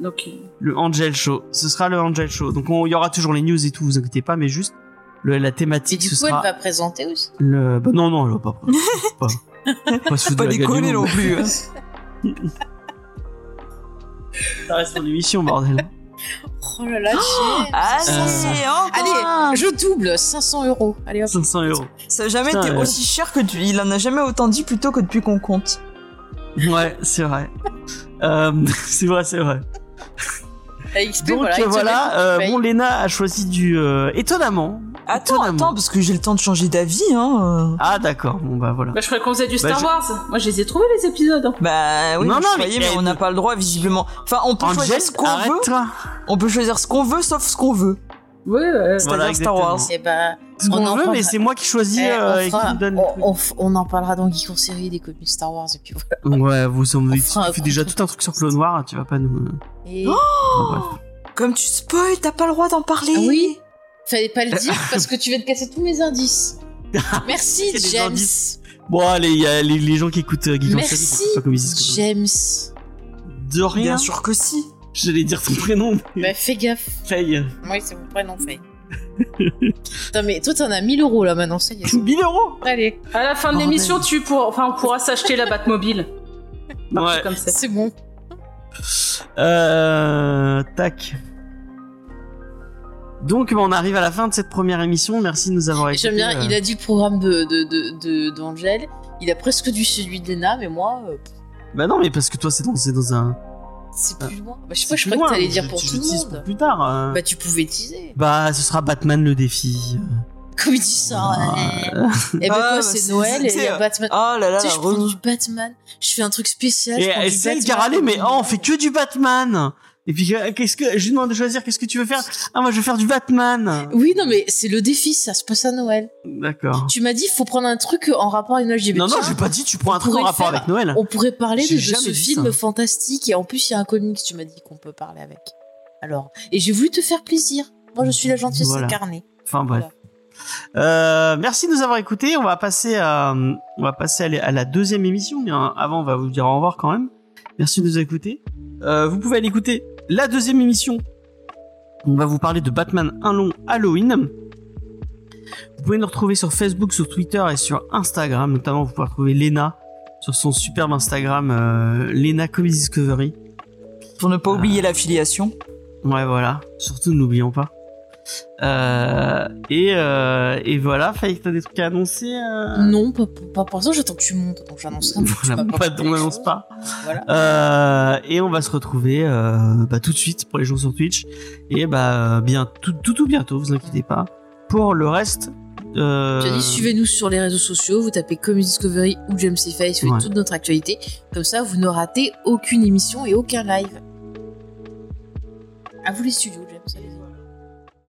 Donc, euh, Le Angel Show. Ce sera le Angel Show. Donc, on- il y aura toujours les news et tout, vous inquiétez pas, mais juste le- la Et thématique, du ce coup sera. elle va présenter aussi. le... bah, non, non, elle va pas. pas, pas se foutre Pas de la gueule du déconner non monde. plus. (laughs) hein. Ça reste en émission, bordel. Oh là là. Ah, James. Euh. Allez, encore Allez, je double 500 euros. Allez hop. 500 euros. Ça a jamais Putain, été ouais. aussi cher que tu... Il en a jamais autant dit plutôt que depuis qu'on compte. Ouais, c'est vrai. Euh, (laughs) c'est vrai, c'est vrai. Avec XP, Donc voilà, Bah, voilà, il te met- euh, paye. bon, Léna a choisi du. euh, étonnamment. Attends, Étonnamment. attends, parce que j'ai le temps de changer d'avis. Hein. euh. Ah, d'accord, bon, bah voilà. bah, je croyais qu'on faisait du Bah, Star je- Wars. Moi, je les ai trouvés, les épisodes. hein. Bah oui, Non, mais je non, croyais, mais- mais on n'a pas le droit visiblement. Enfin, on peut Angel, choisir ce qu'on veut. arrête-toi. On peut choisir ce qu'on veut, sauf ce qu'on veut. Ouais, ouais. C'est-à-dire Star exactement. Wars. Eh ben, Ce qu'on On en veut, mais parlera. c'est moi qui choisis eh, euh, et on, qui fera- me donne. on- on f- on en parlera dans Geek en série des comics Star Wars et puis voilà. Ouais, vous en on avez fera un fait déjà contre- tout un truc sur Clone Noir, tu vas pas nous. Et... Bon, bref. Comme tu spoil, t'as pas le droit d'en parler. Ah oui, fallait pas le (laughs) dire parce que tu vas te casser tous mes indices. Merci C'est des James. indices. Bon, allez, il y a les, les gens qui écoutent euh, Geek en série, Merci, c'est pas comme ils disent. James. De rien, Bien sûr que si. j'allais dire ton prénom, mais Bah fais gaffe. paye. Moi, c'est mon prénom, Faye. Putain, mais toi, t'en as 1000 euros là maintenant, ça y est. 1000 euros (laughs) Allez, À la Oh, fin de Bordel. l'émission, tu pourras, enfin, on pourra s'acheter la Batmobile. Ouais. Comme ça. c'est bon. Euh. Tac. Donc, bah, on arrive à la fin de cette première émission. Merci de nous avoir écoutés. J'aime bien, euh, il a dit le programme d'Angèle, de, de, de, d'Angèle. il a presque dû celui de Lena, mais moi, euh, Bah non, mais parce que toi, c'est dans, c'est dans un. c'est Ah. plus loin. Bah, je sais pas, je c'est crois loin, que t'allais je- dire pour je tout le tease pour monde. plus tard. euh. Bah, tu pouvais teaser. Bah, ce sera Batman le défi. Comme il dit ça. Ah. Et ben, Ah, quoi, bah, c'est c'est- Noël et il y a c'est- Batman. Oh là là, tu sais, la je prends re- du Batman, je fais un truc spécial. je prends Et du c'est elle qui a Batman. râlé, mais oh, on fait que du Batman. Et puis euh, qu'est-ce que je lui demande de choisir qu'est-ce que tu veux faire Ah moi je veux faire du Batman. Oui, non, mais c'est le défi, ça se passe à Noël. D'accord. Tu m'as dit, faut prendre un truc en rapport à une LGBT. Non non, j'ai pas dit tu prends un truc pourrait en le rapport faire. avec Noël. On pourrait parler de, J'ai de jamais ce dit film ça. fantastique et en plus il y a un comics, tu m'as dit qu'on peut parler avec. Alors, et j'ai voulu te faire plaisir. Moi je suis la gentillesse Voilà. incarnée. Enfin bref. Euh, merci de nous avoir écoutés. On va passer à on va passer à, la- à la deuxième émission, mais euh, avant on va vous dire au revoir quand même. Merci de nous écouter. Euh, vous pouvez aller écouter la deuxième émission. On va vous parler de Batman un long Halloween. Vous pouvez nous retrouver sur Facebook, sur Twitter et sur Instagram. Notamment, vous pouvez retrouver Lena sur son superbe Instagram, euh, Lena Comedy Discovery. Pour ne pas oublier l'affiliation. Ouais, voilà. Surtout, n'oublions pas. Euh, et, euh, et voilà, Faye, t'as des trucs à annoncer euh Non, pas, pas, pas pour ça, j'attends que tu montes, donc j'annonce ça. Voilà, pas, on n'annonce pas. Voilà. Euh, et on va se retrouver euh, bah, tout de suite pour les gens sur Twitch. Et bah, bien, tout, tout, tout bientôt, vous inquiétez pas. pour le reste. euh, Tu as dit suivez-nous sur les réseaux sociaux, vous tapez Comedy Discovery ou James C. Face, vous avez Ouais. toute notre actualité. Comme ça, vous ne ratez aucune émission et aucun live. À vous les studios.